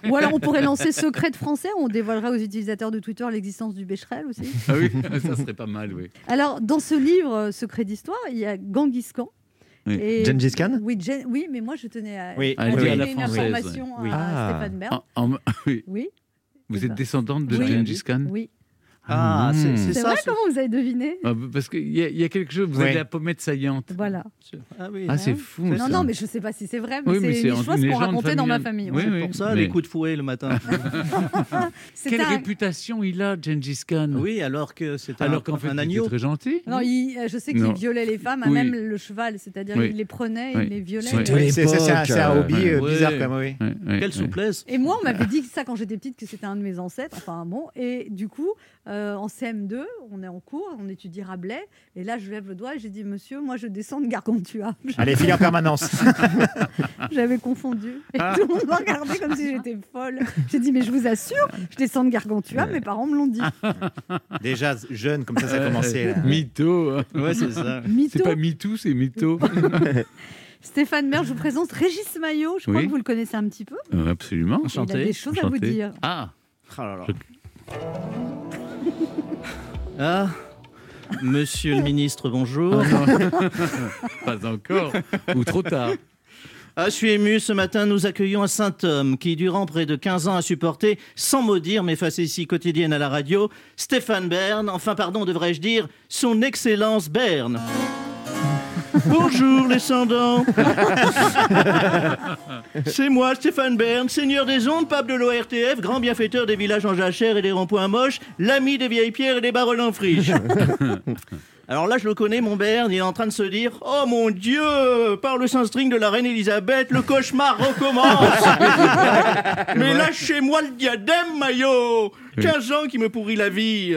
C: Ou... alors on pourrait lancer secret de français, on dévoilerait aux utilisateurs de Twitter l'existence du Becherel aussi.
J: Ah oui, ça serait pas mal, oui.
C: Alors dans ce livre euh, Secret d'histoire, il y a Genghis Khan.
J: Oui.
C: Et-
E: Gengis Khan
C: oui, Gen- oui, mais moi je tenais à,
E: Oui,
C: à
J: Ah,
C: donner
J: oui, à la
C: Euh, une
J: française,
C: information
E: oui.
C: à
E: Ah.
C: Stéphane Bern.
J: En- en- oui.
C: Oui,
J: Vous
C: C'est
J: êtes
C: ça.
J: descendante de
C: Oui.
J: Gengis Khan
C: oui.
F: Ah,
J: Hmm.
F: c'est-
E: Mmh.
F: c'est
C: C'est
F: ça.
C: vrai,
F: ce-
C: comment vous avez deviné
J: Ah, Parce qu'il y, a- il y a quelque chose, vous
E: Oui.
J: avez la pommette saillante.
C: Voilà.
F: Ah oui.
J: Ah, c'est fou.
C: Non,
J: ça.
C: non, mais je sais pas si c'est vrai, mais
J: Oui,
C: c'est une chose qu'on
J: légende
C: racontait dans ma
J: familiale.
C: famille.
J: Oui,
C: ouais.
J: oui,
F: Pour ça,
J: mais
F: les coups de fouet le matin.
C: C'était
J: Quelle
C: un-
J: réputation il a, Gengis Khan
F: oui, alors que c'est un,
J: Alors qu'en fait,
F: un
J: il
F: agneau.
J: était très gentil.
C: Non, il- euh, je sais qu'il
J: Non.
C: violait les femmes, à
J: Oui.
C: même le cheval, c'est-à-dire
J: Oui.
C: il les prenait,
J: Oui.
C: il les violait.
J: Oui.
E: Oui, c'est- c'est
D: Ah,
E: un- c'est un hobby,
J: euh,
F: Ouais.
J: bizarre,
E: Comme, oui.
J: Ouais, ouais,
F: Quelle
J: ouais.
F: souplesse.
C: Et moi, on
J: Ah.
C: m'avait dit ça quand j'étais petite, que c'était un de mes ancêtres. Enfin bon, et du coup, euh, en CM2, on est en cours, on étudie Rabelais, et là, je lève le doigt et j'ai dit, monsieur, moi, je descends de Gargantua.
K: Allez, file en permanence.
C: J'avais confondu. Et
J: Ah.
C: tout le monde m'a regardé comme si j'étais folle. J'ai dit, mais je vous assure, je descends de Gargantua, mes parents me l'ont dit.
J: Ah.
K: Déjà jeune, comme ça, ça a commencé. là.
J: Mytho. hein.
F: Ouais, c'est ça.
J: C'est
C: Mytho.
J: pas MeToo, c'est mytho.
C: Stéphane Mer, je vous présente Régis Maillot, je crois
J: Oui.
C: que vous le connaissez un petit peu.
J: Euh, Absolument.
C: Il a des choses à vous
J: Enchanté.
C: dire.
J: Ah,
F: Ah là là. Ah, monsieur le ministre, bonjour.
J: pas encore. Ou trop tard.
F: Ah, je suis ému. Ce matin, nous accueillons un saint homme qui, durant près de 15 ans, a supporté, sans maudire mes facéties quotidiennes à la radio, Stéphane Bern, enfin, pardon, devrais-je dire, son excellence Bern. Bonjour les Sandans C'est moi Stéphane Bern, seigneur des ondes, pape de l'ORTF, grand bienfaiteur des villages en jachère et des ronds-points moches, l'ami des vieilles pierres et des barreaux en friche. Alors là, je le connais, mon Bern, il est en train de se dire Oh mon Dieu Par le Saint-String de la reine Elisabeth, le cauchemar recommence Mais lâchez-moi le diadème, maillot 15 ans qui me pourrit la vie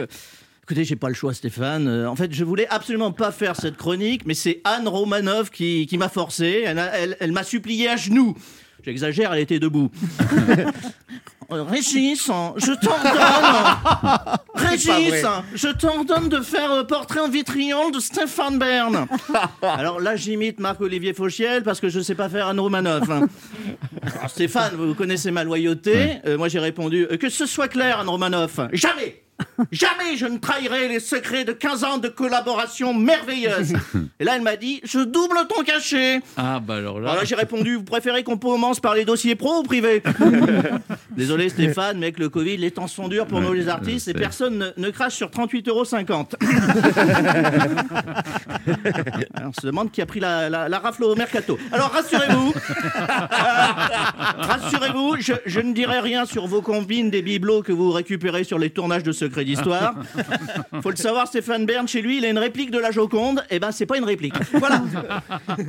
F: Écoutez, j'ai pas le choix, Stéphane. Euh, en fait, je voulais absolument pas faire cette chronique, mais c'est Anne Romanoff qui, qui m'a forcé. Elle, a- elle- elle m'a supplié à genoux. J'exagère, elle était debout. Euh, Régis, hein, je t'ordonne. Régis, hein, je t'ordonne de faire euh, portrait en vitriol de Stéphane Bern. Alors là, j'imite Marc-Olivier Fauchiel parce que je sais pas faire Anne Romanoff. hein. Alors, Stéphane, vous connaissez ma loyauté. Euh, moi, j'ai répondu euh, que ce soit clair, Anne Romanoff. Jamais. Jamais je ne trahirai les secrets de 15 ans de collaboration merveilleuse. Et là, elle m'a dit Je double ton cachet.
J: Ah, bah alors là.
K: Oh,
F: Alors là, j'ai répondu Vous préférez qu'on commence par les dossiers pro ou privés Désolé, Stéphane, mais avec le Covid, les temps sont durs pour nous, les artistes, et personne ne, ne crache sur 38,50 euros. On se demande qui a pris la, la- la rafle au mercato. Alors, rassurez-vous. Rassurez-vous, je, je ne dirai rien sur vos combines des bibelots que vous récupérez sur les tournages de Secrets d'Histoire. Faut le savoir, Stéphane Bern, chez lui, il a une réplique de la Joconde. Eh ben, c'est pas une réplique. Voilà. Vous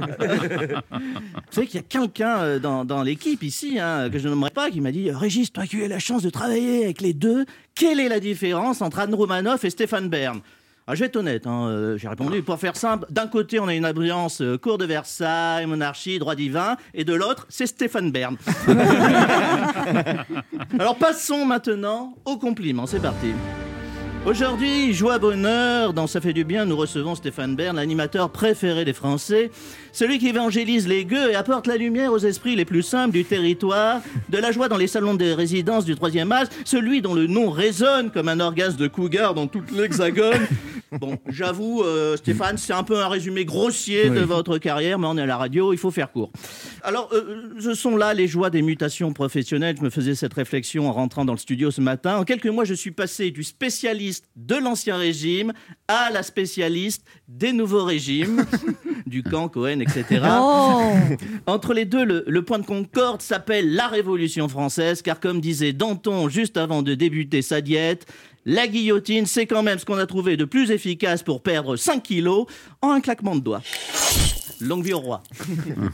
F: savez qu'il y a quelqu'un euh, dans, dans l'équipe ici, hein, que je ne nommerai pas, qui m'a dit euh, Régis, toi qui as eu la chance de travailler avec les deux, quelle est la différence entre Anne Romanoff et Stéphane Bern ah, je vais être honnête, hein, euh, j'ai répondu pour faire simple. D'un côté, on a une ambiance euh, cour de Versailles, monarchie, droit divin, et de l'autre, c'est Stéphane Bern. Alors passons maintenant aux compliments, c'est parti. Aujourd'hui, joie bonheur, dans Ça fait du bien, nous recevons Stéphane Bern, l'animateur préféré des Français, celui qui évangélise les gueux et apporte la lumière aux esprits les plus simples du territoire, de la joie dans les salons des résidences du troisième âge, celui dont le nom résonne comme un orgasme de cougar dans toute l'hexagone. Bon, j'avoue, euh, Stéphane, c'est un peu un résumé grossier de
L: Oui.
F: votre carrière, mais on est à la radio, il faut faire court. Alors, euh, ce sont là les joies des mutations professionnelles. Je me faisais cette réflexion en rentrant dans le studio ce matin. En quelques mois, je suis passé du spécialiste de l'ancien régime à la spécialiste des nouveaux régimes, du camp Cohen, etc.
L: Oh
F: Entre les deux, le, le point de concorde s'appelle la Révolution française, car comme disait Danton juste avant de débuter sa diète, la guillotine, c'est quand même ce qu'on a trouvé de plus efficace pour perdre 5 kilos en un claquement de doigts. Longue vie au roi.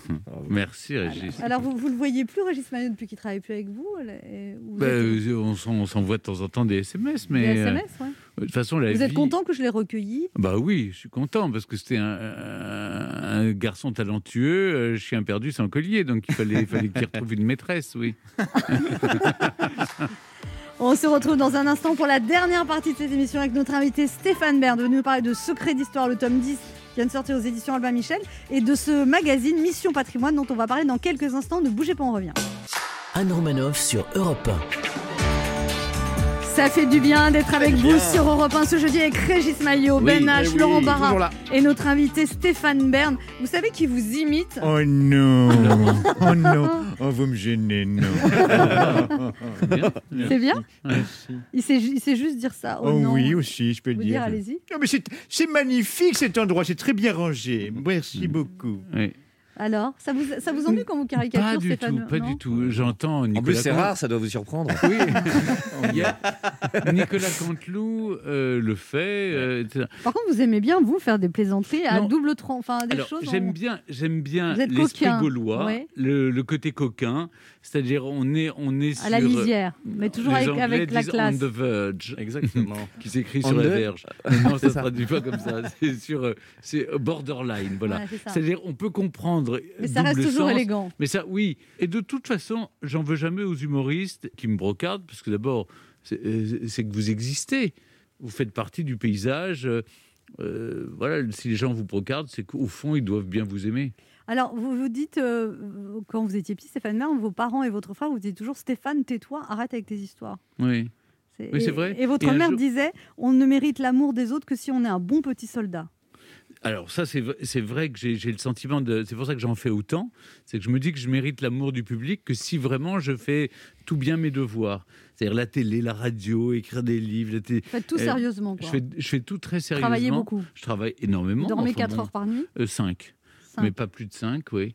J: Merci, Régis.
C: Alors, vous, vous le voyez plus, Régis Maillot, depuis qu'il travaille plus avec vous là, et- ou vous
J: Bah,
C: êtes-
J: euh, on s'en- on s'envoie de temps en temps des SMS, mais.
C: des SMS, ouais.
J: euh, De toute façon, la
C: Vous êtes
J: vie-
C: content que je l'ai recueilli
J: Bah oui, je suis content parce que c'était un, un- un garçon talentueux, euh, chien perdu sans collier, donc il fallait, fallait qu'il retrouve une maîtresse, oui.
C: On se retrouve dans un instant pour la dernière partie de cette émission avec notre invité Stéphane Bern, venu nous parler de Secrets d'Histoire, le tome 10 qui vient de sortir aux éditions Albin Michel, et de ce magazine Mission Patrimoine dont on va parler dans quelques instants. Ne bougez pas, on revient.
B: Anne Romanoff sur Europe 1.
C: Ça fait du bien d'être avec
B: bien.
C: vous sur Europe 1 ce jeudi avec Régis Maillot,
G: Oui,
C: Ben
G: eh
C: H,
G: oui,
C: Laurent
G: toujours
C: Barra
G: là.
C: et notre invité Stéphane Bern. Vous savez qui vous imite
G: Oh non Oh non Oh, vous me gênez, non
C: C'est bien
J: Ah,
C: il sait, ju- il sait juste dire ça.
G: Oh,
C: non.
G: oui, aussi, je peux
C: Vous
G: dire.
C: dire, allez-y.
G: Non, mais c'est- c'est magnifique cet endroit, c'est très bien rangé. Merci beaucoup.
C: Alors, ça vous, ça vous ennuie quand vous caricature
J: Pas du
C: Stéphane
J: tout, pas
C: non
J: du tout. J'entends Nicolas.
K: plus, c'est
J: Comte-
K: rare, ça doit vous surprendre.
J: Oui. Il y a Nicolas Canteloup euh, le fait. euh, etc.
C: Par contre, vous aimez bien, vous, faire des plaisanteries à
J: Non.
C: double tronc, enfin des
J: Alors,
C: choses.
J: j'aime
C: en-
J: bien, j'aime bien
C: Vous êtes
J: l'esprit
C: coquin,
J: gaulois,
C: ouais.
J: le, le côté coquin, c'est-à-dire on est, on est
C: À la
J: sur- euh,
C: lisière, mais toujours
J: Les
C: avec,
J: Anglais
C: avec la
J: disent
C: classe.
J: On the verge,
K: exactement,
J: qui s'écrit
K: On
J: sur la
K: the-
J: verge. Mais non, ça
K: C'est
J: ne se
K: ça.
J: traduit pas comme ça. C'est sur, euh, c'est borderline, voilà.
C: Ouais, c'est ça.
J: c'est-à-dire on peut comprendre.
C: Mais ça reste
J: double
C: toujours
J: sens,
C: élégant.
J: Mais ça, oui. Et de toute façon, j'en veux jamais aux humoristes qui me brocardent, parce que d'abord, c'est euh, c'est que vous existez. Vous faites partie du paysage. euh, euh, voilà, si les gens vous brocardent, c'est qu'au fond, ils doivent bien vous aimer.
C: Alors, vous vous dites, euh, quand vous étiez petit, Stéphane Bern, vos parents et votre frère vous disaient toujours Stéphane, tais-toi, arrête avec tes histoires.
J: Oui. Oui,
C: et-
J: c'est vrai.
C: Et votre
J: Et un
C: mère
J: jour-
C: disait on ne mérite l'amour des autres que si on est un bon petit soldat.
J: Alors ça, c'est v- c'est vrai que j'ai j'ai le sentiment de... C'est pour ça que j'en fais autant. C'est que je me dis que je mérite l'amour du public que si vraiment je fais tout bien mes devoirs. C'est-à-dire la télé, la radio, écrire des livres. La télé-
C: Faites tout
J: Euh,
C: sérieusement, quoi.
J: Je fais, je fais tout très sérieusement.
C: Travaillez beaucoup.
J: Je travaille
C: Vous
J: énormément.
C: dormez
J: enfin
C: 4
J: bon,
C: heures par nuit
J: euh, Cinq.
C: Cinq.
J: Mais pas plus de cinq, oui.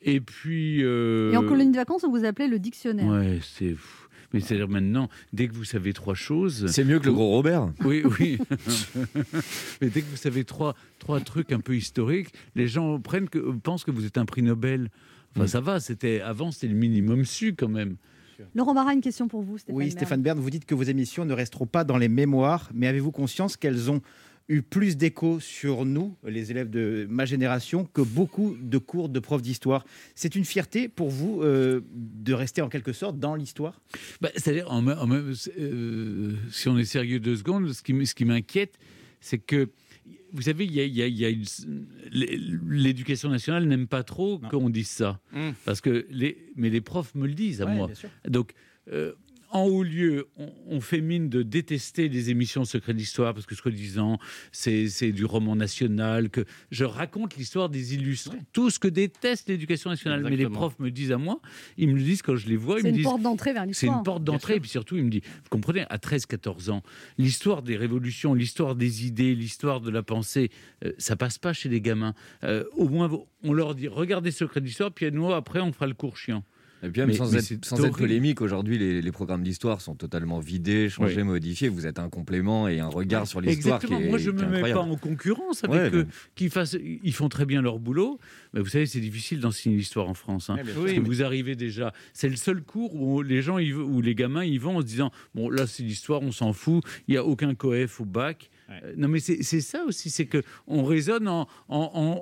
J: Et puis... euh,
C: Et en colonie de vacances, on vous appelait le dictionnaire.
J: Ouais, c'est. fou. Mais c'est-à-dire maintenant, dès que vous savez trois choses.
K: C'est mieux que le
J: vous-
K: gros Robert.
J: Oui, oui. Mais dès que vous savez trois, trois trucs un peu historiques, les gens prennent que, pensent que vous êtes un prix Nobel. Enfin,
K: Mm.
J: ça va, c'était, avant, c'était le minimum su quand même.
C: Laurent Barra, une question pour vous, Stéphane.
D: Oui,
C: Bern.
D: Stéphane Bern, vous dites que vos émissions ne resteront pas dans les mémoires, mais avez-vous conscience qu'elles ont eu plus d'écho sur nous, les élèves de ma génération, que beaucoup de cours de profs d'histoire C'est une fierté pour vous euh, de rester en quelque sorte dans l'histoire
J: Bah, C'est-à-dire, en même- en même- euh, si on est sérieux deux secondes, ce qui, m- ce qui m'inquiète, c'est que, vous savez, il y a- il y a- il y a une- l'é- l'éducation nationale n'aime pas trop qu'on dise ça.
K: Mm.
J: Parce que les, mais les profs me le disent à
K: Ouais,
J: moi.
K: bien sûr.
J: Donc, euh, en haut lieu, on, on fait mine de détester les émissions Secrets de l'Histoire, parce que soi-disant, c'est c'est du roman national, que je raconte l'histoire des illustres. Tout ce que déteste l'éducation nationale. Mais les
L: Exactement.
J: profs me disent à moi, ils me le disent quand je les vois, ils
C: C'est
J: me
C: une
J: disent...
C: porte d'entrée vers
J: C'est
C: l'histoire.
J: une porte d'entrée, et puis surtout, il me dit, vous comprenez, à 13-14 ans, l'histoire des révolutions, l'histoire des idées, l'histoire de la pensée, euh, ça passe pas chez les gamins. Euh, au moins, on leur dit, regardez Secret d'Histoire, puis nous, après, on fera le cours chiant.
L: Et puis même Eh sans, être, sans être polémique, aujourd'hui, les, les programmes d'histoire sont totalement vidés, changés,
J: Oui.
L: modifiés. Vous êtes un complément et un regard sur l'histoire qui
J: Exactement.
L: est
J: Moi, je
L: qui
J: me
L: est
J: mets
L: incroyable.
J: pas en concurrence
L: Ouais,
J: avec
L: mais-
J: eux. Qu'ils fassent, ils font très bien leur boulot. Mais vous savez, c'est difficile d'enseigner l'histoire en France. hein.
L: Eh bien,
J: Parce
L: oui,
J: que
L: mais-
J: vous arrivez déjà. C'est le seul cours où les gens, y- où les gamins, ils vont en se disant bon, là, c'est l'histoire, on s'en fout. Il y a aucun coef au bac. Euh, Non, mais c'est c'est ça aussi, c'est que on raisonne en, en-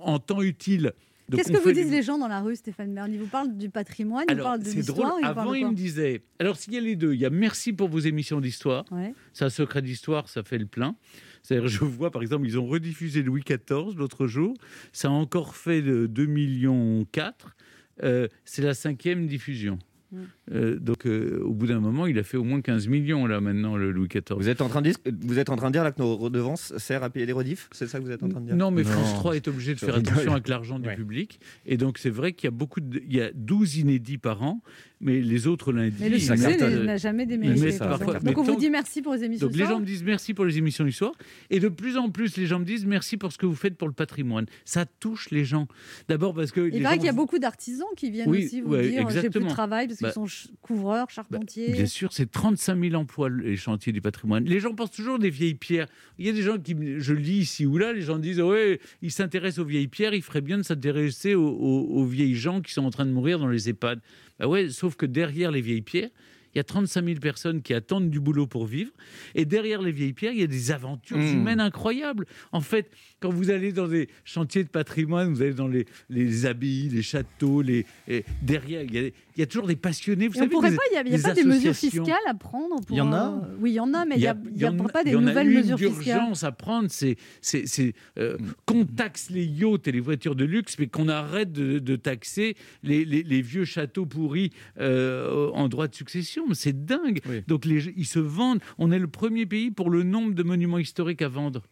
J: en- en temps utile. Donc,
C: Qu'est-ce
J: on
C: que vous
J: fait
C: disent
J: du-
C: les gens dans la rue, Stéphane Bern Ils vous parlent du patrimoine, ils vous
J: alors,
C: parlent de
J: c'est drôle.
C: l'histoire, ils vous
J: Avant,
C: parlent de
J: il
C: quoi
J: me disait. Alors, s'il y a les deux, il y a merci pour vos émissions d'histoire.
C: Ouais.
J: Ça, secret d'histoire, ça fait le plein. C'est-à-dire, je vois, par exemple, ils ont rediffusé Louis XIV l'autre jour. Ça a encore fait de 2 millions 4. Euh, c'est la cinquième diffusion.
L: Mm.
J: Euh, donc, euh, au bout d'un moment, il a fait au moins 15 millions, là, maintenant, le Louis XIV.
E: Vous êtes en train de dire, vous êtes en train de dire là que nos redevances servent à payer les rediffs C'est ça que vous êtes en train de dire
J: Non, mais France 3 est obligé de
E: Je
J: faire
E: rigole.
J: attention avec l'argent du public. Et donc, c'est vrai qu'il y a beaucoup de. Il y a 12 inédits par an, mais les autres lundis.
C: Mais le
J: ils
C: succès
J: mettent,
C: n'est-
J: euh,
C: n'a jamais
J: ils
C: démérité.
J: mettent
C: par
J: parfois-
C: exemple.
J: mais
C: Donc on vous
J: tant-
C: dit merci pour les émissions.
J: Donc les
C: du soir.
J: gens me disent merci pour les émissions du soir et de plus en plus les gens me disent merci pour ce que vous faites pour le patrimoine. Ça touche les gens. D'abord parce que les
C: Il paraît
J: gens-
C: qu'il y a beaucoup d'artisans qui viennent
J: Oui,
C: aussi vous
J: ouais,
C: dire j'ai plus de
J: exactement.
C: travail parce qu'ils
J: Bah,
C: sont ch- couvreurs, charpentiers.
J: Bien sûr, c'est 35 000 emplois les chantiers du patrimoine. Les gens pensent toujours des vieilles pierres. Il y a des gens qui, me- je lis ici ou là, les gens disent ouais, ils s'intéressent aux vieilles pierres, il ferait bien de s'intéresser aux, aux- aux vieilles gens qui sont en train de mourir dans les EHPAD. Bah ouais, sauf que derrière les vieilles pierres. Il y a 35 000 personnes qui attendent du boulot pour vivre. Et derrière les vieilles pierres, il y a des aventures
L: Mmh.
J: humaines incroyables. En fait, quand vous allez dans des chantiers de patrimoine, vous allez dans les, les abbayes, les châteaux, les, et derrière, il y, a, il y a toujours des passionnés. Vous
C: Et on
J: savez,
C: pourrait
J: des-
C: pas, il n'y a, il y a pas des
J: associations.
C: mesures fiscales à prendre pour,
J: Il y en a
C: euh, Oui, il y en a, mais il n'y a, il y a
J: en
C: pas
J: il
C: des
J: y en a
C: nouvelles
J: une
C: mesures fiscales.
J: d'urgence à prendre, c'est c'est- c'est, euh, qu'on taxe les yachts et les voitures de luxe, mais qu'on arrête de, de taxer les, les- les vieux châteaux pourris euh, en droit de succession. Mais C'est dingue. Donc les- ils se vendent. On est le premier pays pour le nombre de monuments historiques à vendre.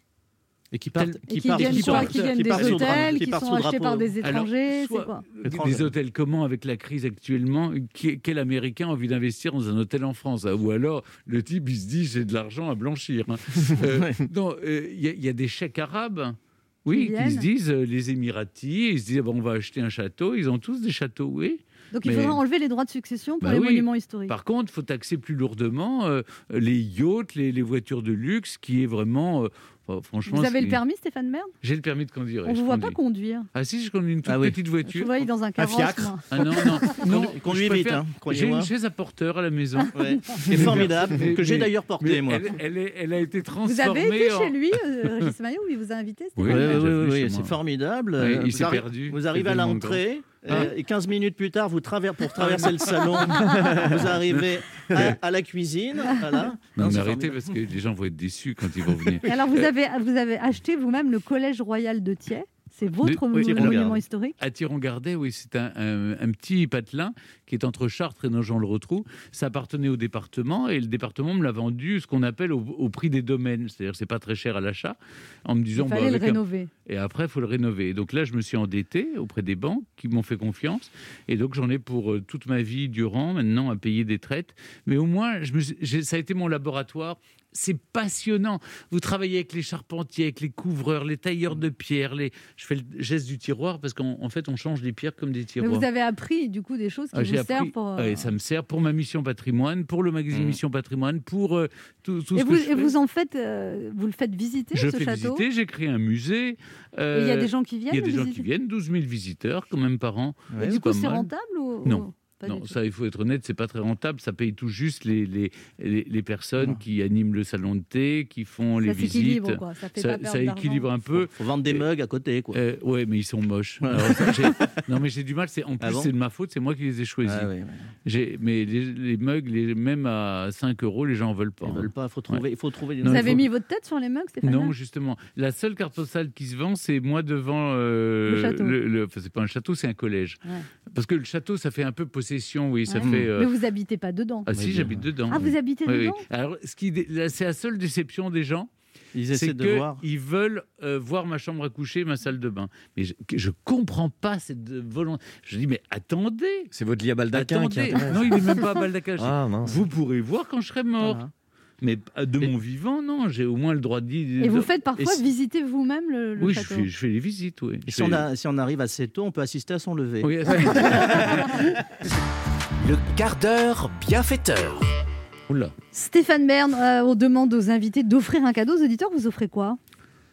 J: Et qui partent,
C: Et qui qui partent viennent sous- quoi Qui viennent qui des partent sous hôtels, drapeau. qui Qui partent sont sous achetés drapeau. par des étrangers, c'est
J: soit
C: quoi
J: Des hôtels comment avec la crise actuellement qui- Quel Américain a envie d'investir dans un hôtel en France hein Ou alors le type il se dit j'ai de l'argent à blanchir. hein. Euh, non, euh, il y, a- il y a des chèques arabes.
C: Qui
J: Oui, qui se
C: viennent.
J: disent euh, les Émiratis, ils se disent ah bon, on va acheter un château, ils ont tous des châteaux, oui.
C: Donc il
J: Mais-
C: faudrait enlever les droits de succession pour
J: bah
C: les
J: oui.
C: monuments historiques.
J: Par contre, il faut taxer plus lourdement euh, les yachts, les, les voitures de luxe, qui est vraiment. euh, enfin, franchement,
C: Vous avez
J: c'est-
C: le permis, Stéphane Bern
J: J'ai le permis de conduire.
C: On
J: et
C: ne
J: je
C: vous voit pas
J: conduis.
C: conduire.
J: Ah si, je conduis une toute
C: Ah oui.
J: petite
C: Je
J: voiture.
C: vous voyais dans un carrosse. moi.
J: Ah non, non. non
F: Conduis- conduis vite,
J: je préfère-
F: hein,
J: J'ai
F: croyez-moi.
J: une chaise à porteur à la maison.
F: Ouais, qui est
J: Mais-
F: formidable,
J: mais-
F: que j'ai
J: mais-
F: d'ailleurs portée,
J: mais
F: moi.
J: Elle, elle est- elle a été
C: Vous
J: transformée
C: avez été
J: en-
C: chez lui, euh, Régis Maillot, où il vous a invité
J: Oui,
F: Oui,
J: il est
F: oui,
J: déjà
F: oui,
J: venu
F: oui,
J: chez
F: c'est
J: moi.
F: formidable.
J: Oui,
F: Euh,
J: il
F: vous
J: s'est
F: arri-
J: perdu.
F: Vous
J: C'est
F: arrivez à
J: devenu mon
F: l'entrée.
J: grand.
F: euh,
J: Hein
F: et 15 minutes plus tard, vous traversez, pour traverser le salon, vous arrivez à, à la cuisine. Voilà.
J: Non,
F: Non,
J: mais
F: c'est
J: arrêtez parce que les gens vont être déçus quand ils vont venir.
C: Et Alors vous avez, vous avez acheté vous-même le Collège Royal de Thiers. C'est votre
J: Euh, Oui,
C: mon-
J: Thiron-Gardet.
C: monument historique.
J: À Tiron-Gardet, oui, c'est un, un- un petit patelin qui est entre Chartres et Nogent-le-Rotrou. Ça appartenait au département et le département me l'a vendu ce qu'on appelle au, au prix des domaines. C'est-à-dire, c'est pas très cher à l'achat. En me disant.
C: Il fallait le
J: avec un-
C: rénover.
J: Et après, il faut le rénover. Et donc là, je me suis endetté auprès des banques qui m'ont fait confiance. Et donc, j'en ai pour euh, toute ma vie durant, maintenant, à payer des traites. Mais au moins, je me suis- j'ai- ça a été mon laboratoire. C'est passionnant. Vous travaillez avec les charpentiers, avec les couvreurs, les tailleurs de pierre. Les... Je fais le geste du tiroir parce qu'en en fait, on change les pierres comme des
C: Mais
J: tiroirs.
C: vous avez appris du coup des choses qui
J: Ah,
C: vous
J: j'ai
C: servent
J: appris-
C: pour. euh, Mm.
J: Ouais, ça me sert pour ma mission patrimoine, pour le magazine Mission Patrimoine, pour euh, tout, tout
C: et
J: ce
C: vous,
J: que je
C: et
J: fais.
C: vous en faites, euh, vous le faites visiter
J: Je
C: ce
J: fais
C: château.
J: visiter, j'ai créé un musée. euh,
C: Et il y a des gens qui
J: Il y a
C: viennent
J: des gens
C: visiter
J: qui viennent, 12 000 visiteurs quand même par an.
C: Et du
J: C'est
C: coup,
J: pas
C: c'est
J: mal.
C: rentable ou ou-
J: Non.
C: pas du
J: Non,
C: tout
J: ça, il faut être honnête, c'est pas très rentable. Ça paye tout juste les, les, les, les personnes qui animent le salon de thé, qui font les visites.
F: s'équilibre, quoi. Ça fait pas perdre
J: ça équilibre un peu. euh,
F: Faut vendre des mugs à côté, quoi.
J: ouais, mais ils sont moches. Alors, ça, j'ai- non, mais j'ai du mal. C'est en plus
F: Ah bon
J: c'est de ma faute. C'est moi qui les ai choisis.
F: Ah oui, oui.
J: J'ai, mais les, les mugs, les, même à 5 euros, les gens en veulent pas. hein. Ils veulent
F: pas. Faut trouver. Faut trouver.
C: Vous avez mis votre tête sur les mugs, Stéphane
J: non, justement. La seule carte postale qui se vend, c'est moi devant. euh,
C: Le château.
J: le- enfin, c'est pas un château, c'est un collège.
C: Ouais.
J: Parce que le château, ça fait un peu possessif. concession, oui, ça
C: Ouais.
J: fait. euh,
C: Mais vous habitez pas dedans.
J: Ah si, j'habite dedans.
C: Ah,
J: oui.
C: vous habitez
J: Oui, oui.
C: dedans
J: Alors, ce qui, dé- là, c'est la seule déception des gens.
F: Ils
J: c'est
F: essaient de
J: que
F: voir.
J: Ils veulent euh, voir ma chambre à coucher, ma salle de bain. Mais je, que- je comprends pas cette euh, volonté. Je dis, mais attendez.
E: C'est votre lit à baldaquin qui
J: Attendez.
E: intéresse.
J: Non, il n'est même pas à baldaquin. Je dis,
E: Ah, mince.
J: vous pourrez voir quand je serai mort.
C: Ah.
J: Mais euh, de mon vivant, non, j'ai au moins le droit de dire.
C: Et vous faites parfois
J: Et si-
C: visiter vous-même le, le
J: Oui, je
C: château.
J: fais, je fais les visites, oui.
F: Et
J: Je
F: si on,
J: fais-
F: a- si on arrive assez tôt, on peut assister à son lever.
J: Oui, à
M: Le quart d'heure bienfaiteur.
J: Oula.
H: Stéphane Bern, euh, on demande aux invités d'offrir un cadeau aux auditeurs. Vous offrez quoi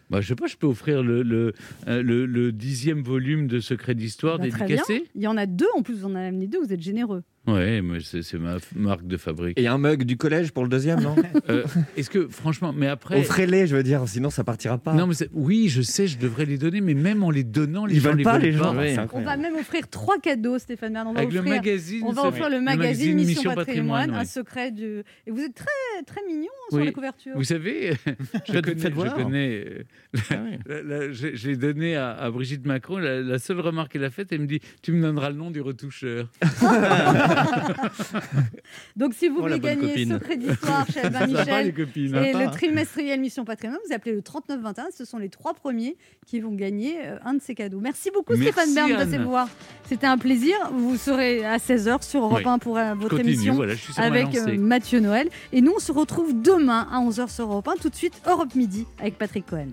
J: Bah, je sais pas, je peux offrir le, le, euh, le- le dixième volume de Secret d'Histoire
C: Bah, très bien.
J: dédicacé.
C: Il y en a deux, en plus vous en avez amené deux, vous êtes généreux.
J: Ouais, mais c'est c'est ma f- marque de fabrique.
E: Et un mug du collège pour le deuxième, non
J: Euh, Est-ce que, franchement, mais après.
E: Offrez-les, je veux dire, sinon ça partira pas.
J: Non, mais c'est- oui, je sais, je devrais les donner, mais même en les donnant, les
E: Ils
J: gens
E: veulent
J: les
E: pas,
J: veulent
E: les gens, Ah,
J: pas.
E: c'est
C: On va même offrir trois cadeaux, Stéphane Bern. On va
J: Avec le
C: offrir,
J: magazine,
C: on va
J: ça-
C: offrir le
J: le
C: magazine,
J: magazine
C: Mission,
J: Mission
C: Patrimoine,
J: Patrimoine,
C: un
J: ouais.
C: secret du. Et vous êtes très, très mignon hein, sur
J: Oui.
C: la couverture.
J: Vous savez, je
F: Faites-
J: connais,
F: faites
J: je
F: voir.
J: connais, euh, la- la- je je l'ai donné à, à Brigitte Macron. La, la seule remarque qu'elle a faite, elle me dit Tu me donneras le nom du retoucheur.
C: Donc si vous
J: Oh, la
C: voulez gagner
J: bonne copine.
C: Secret d'Histoire chez Albin
J: Sympa,
C: Michel
J: les copines.
C: et
J: Sympa.
C: le trimestriel Mission Patrimoine, vous appelez le 3921. Ce sont les trois premiers qui vont gagner euh, un de ces cadeaux. Merci beaucoup
H: Merci,
C: Stéphane Bern de passer
H: Anne.
C: vous voir. C'était un plaisir. Vous serez à 16h sur Europe
H: Oui.
C: 1 pour euh, votre
H: continue,
C: émission
H: voilà, je suis sur ma
C: avec euh,
H: lancée.
C: Mathieu Noël. Et nous, on se retrouve demain à 11h sur Europe 1. Tout de suite, Europe Midi avec Patrick Cohen.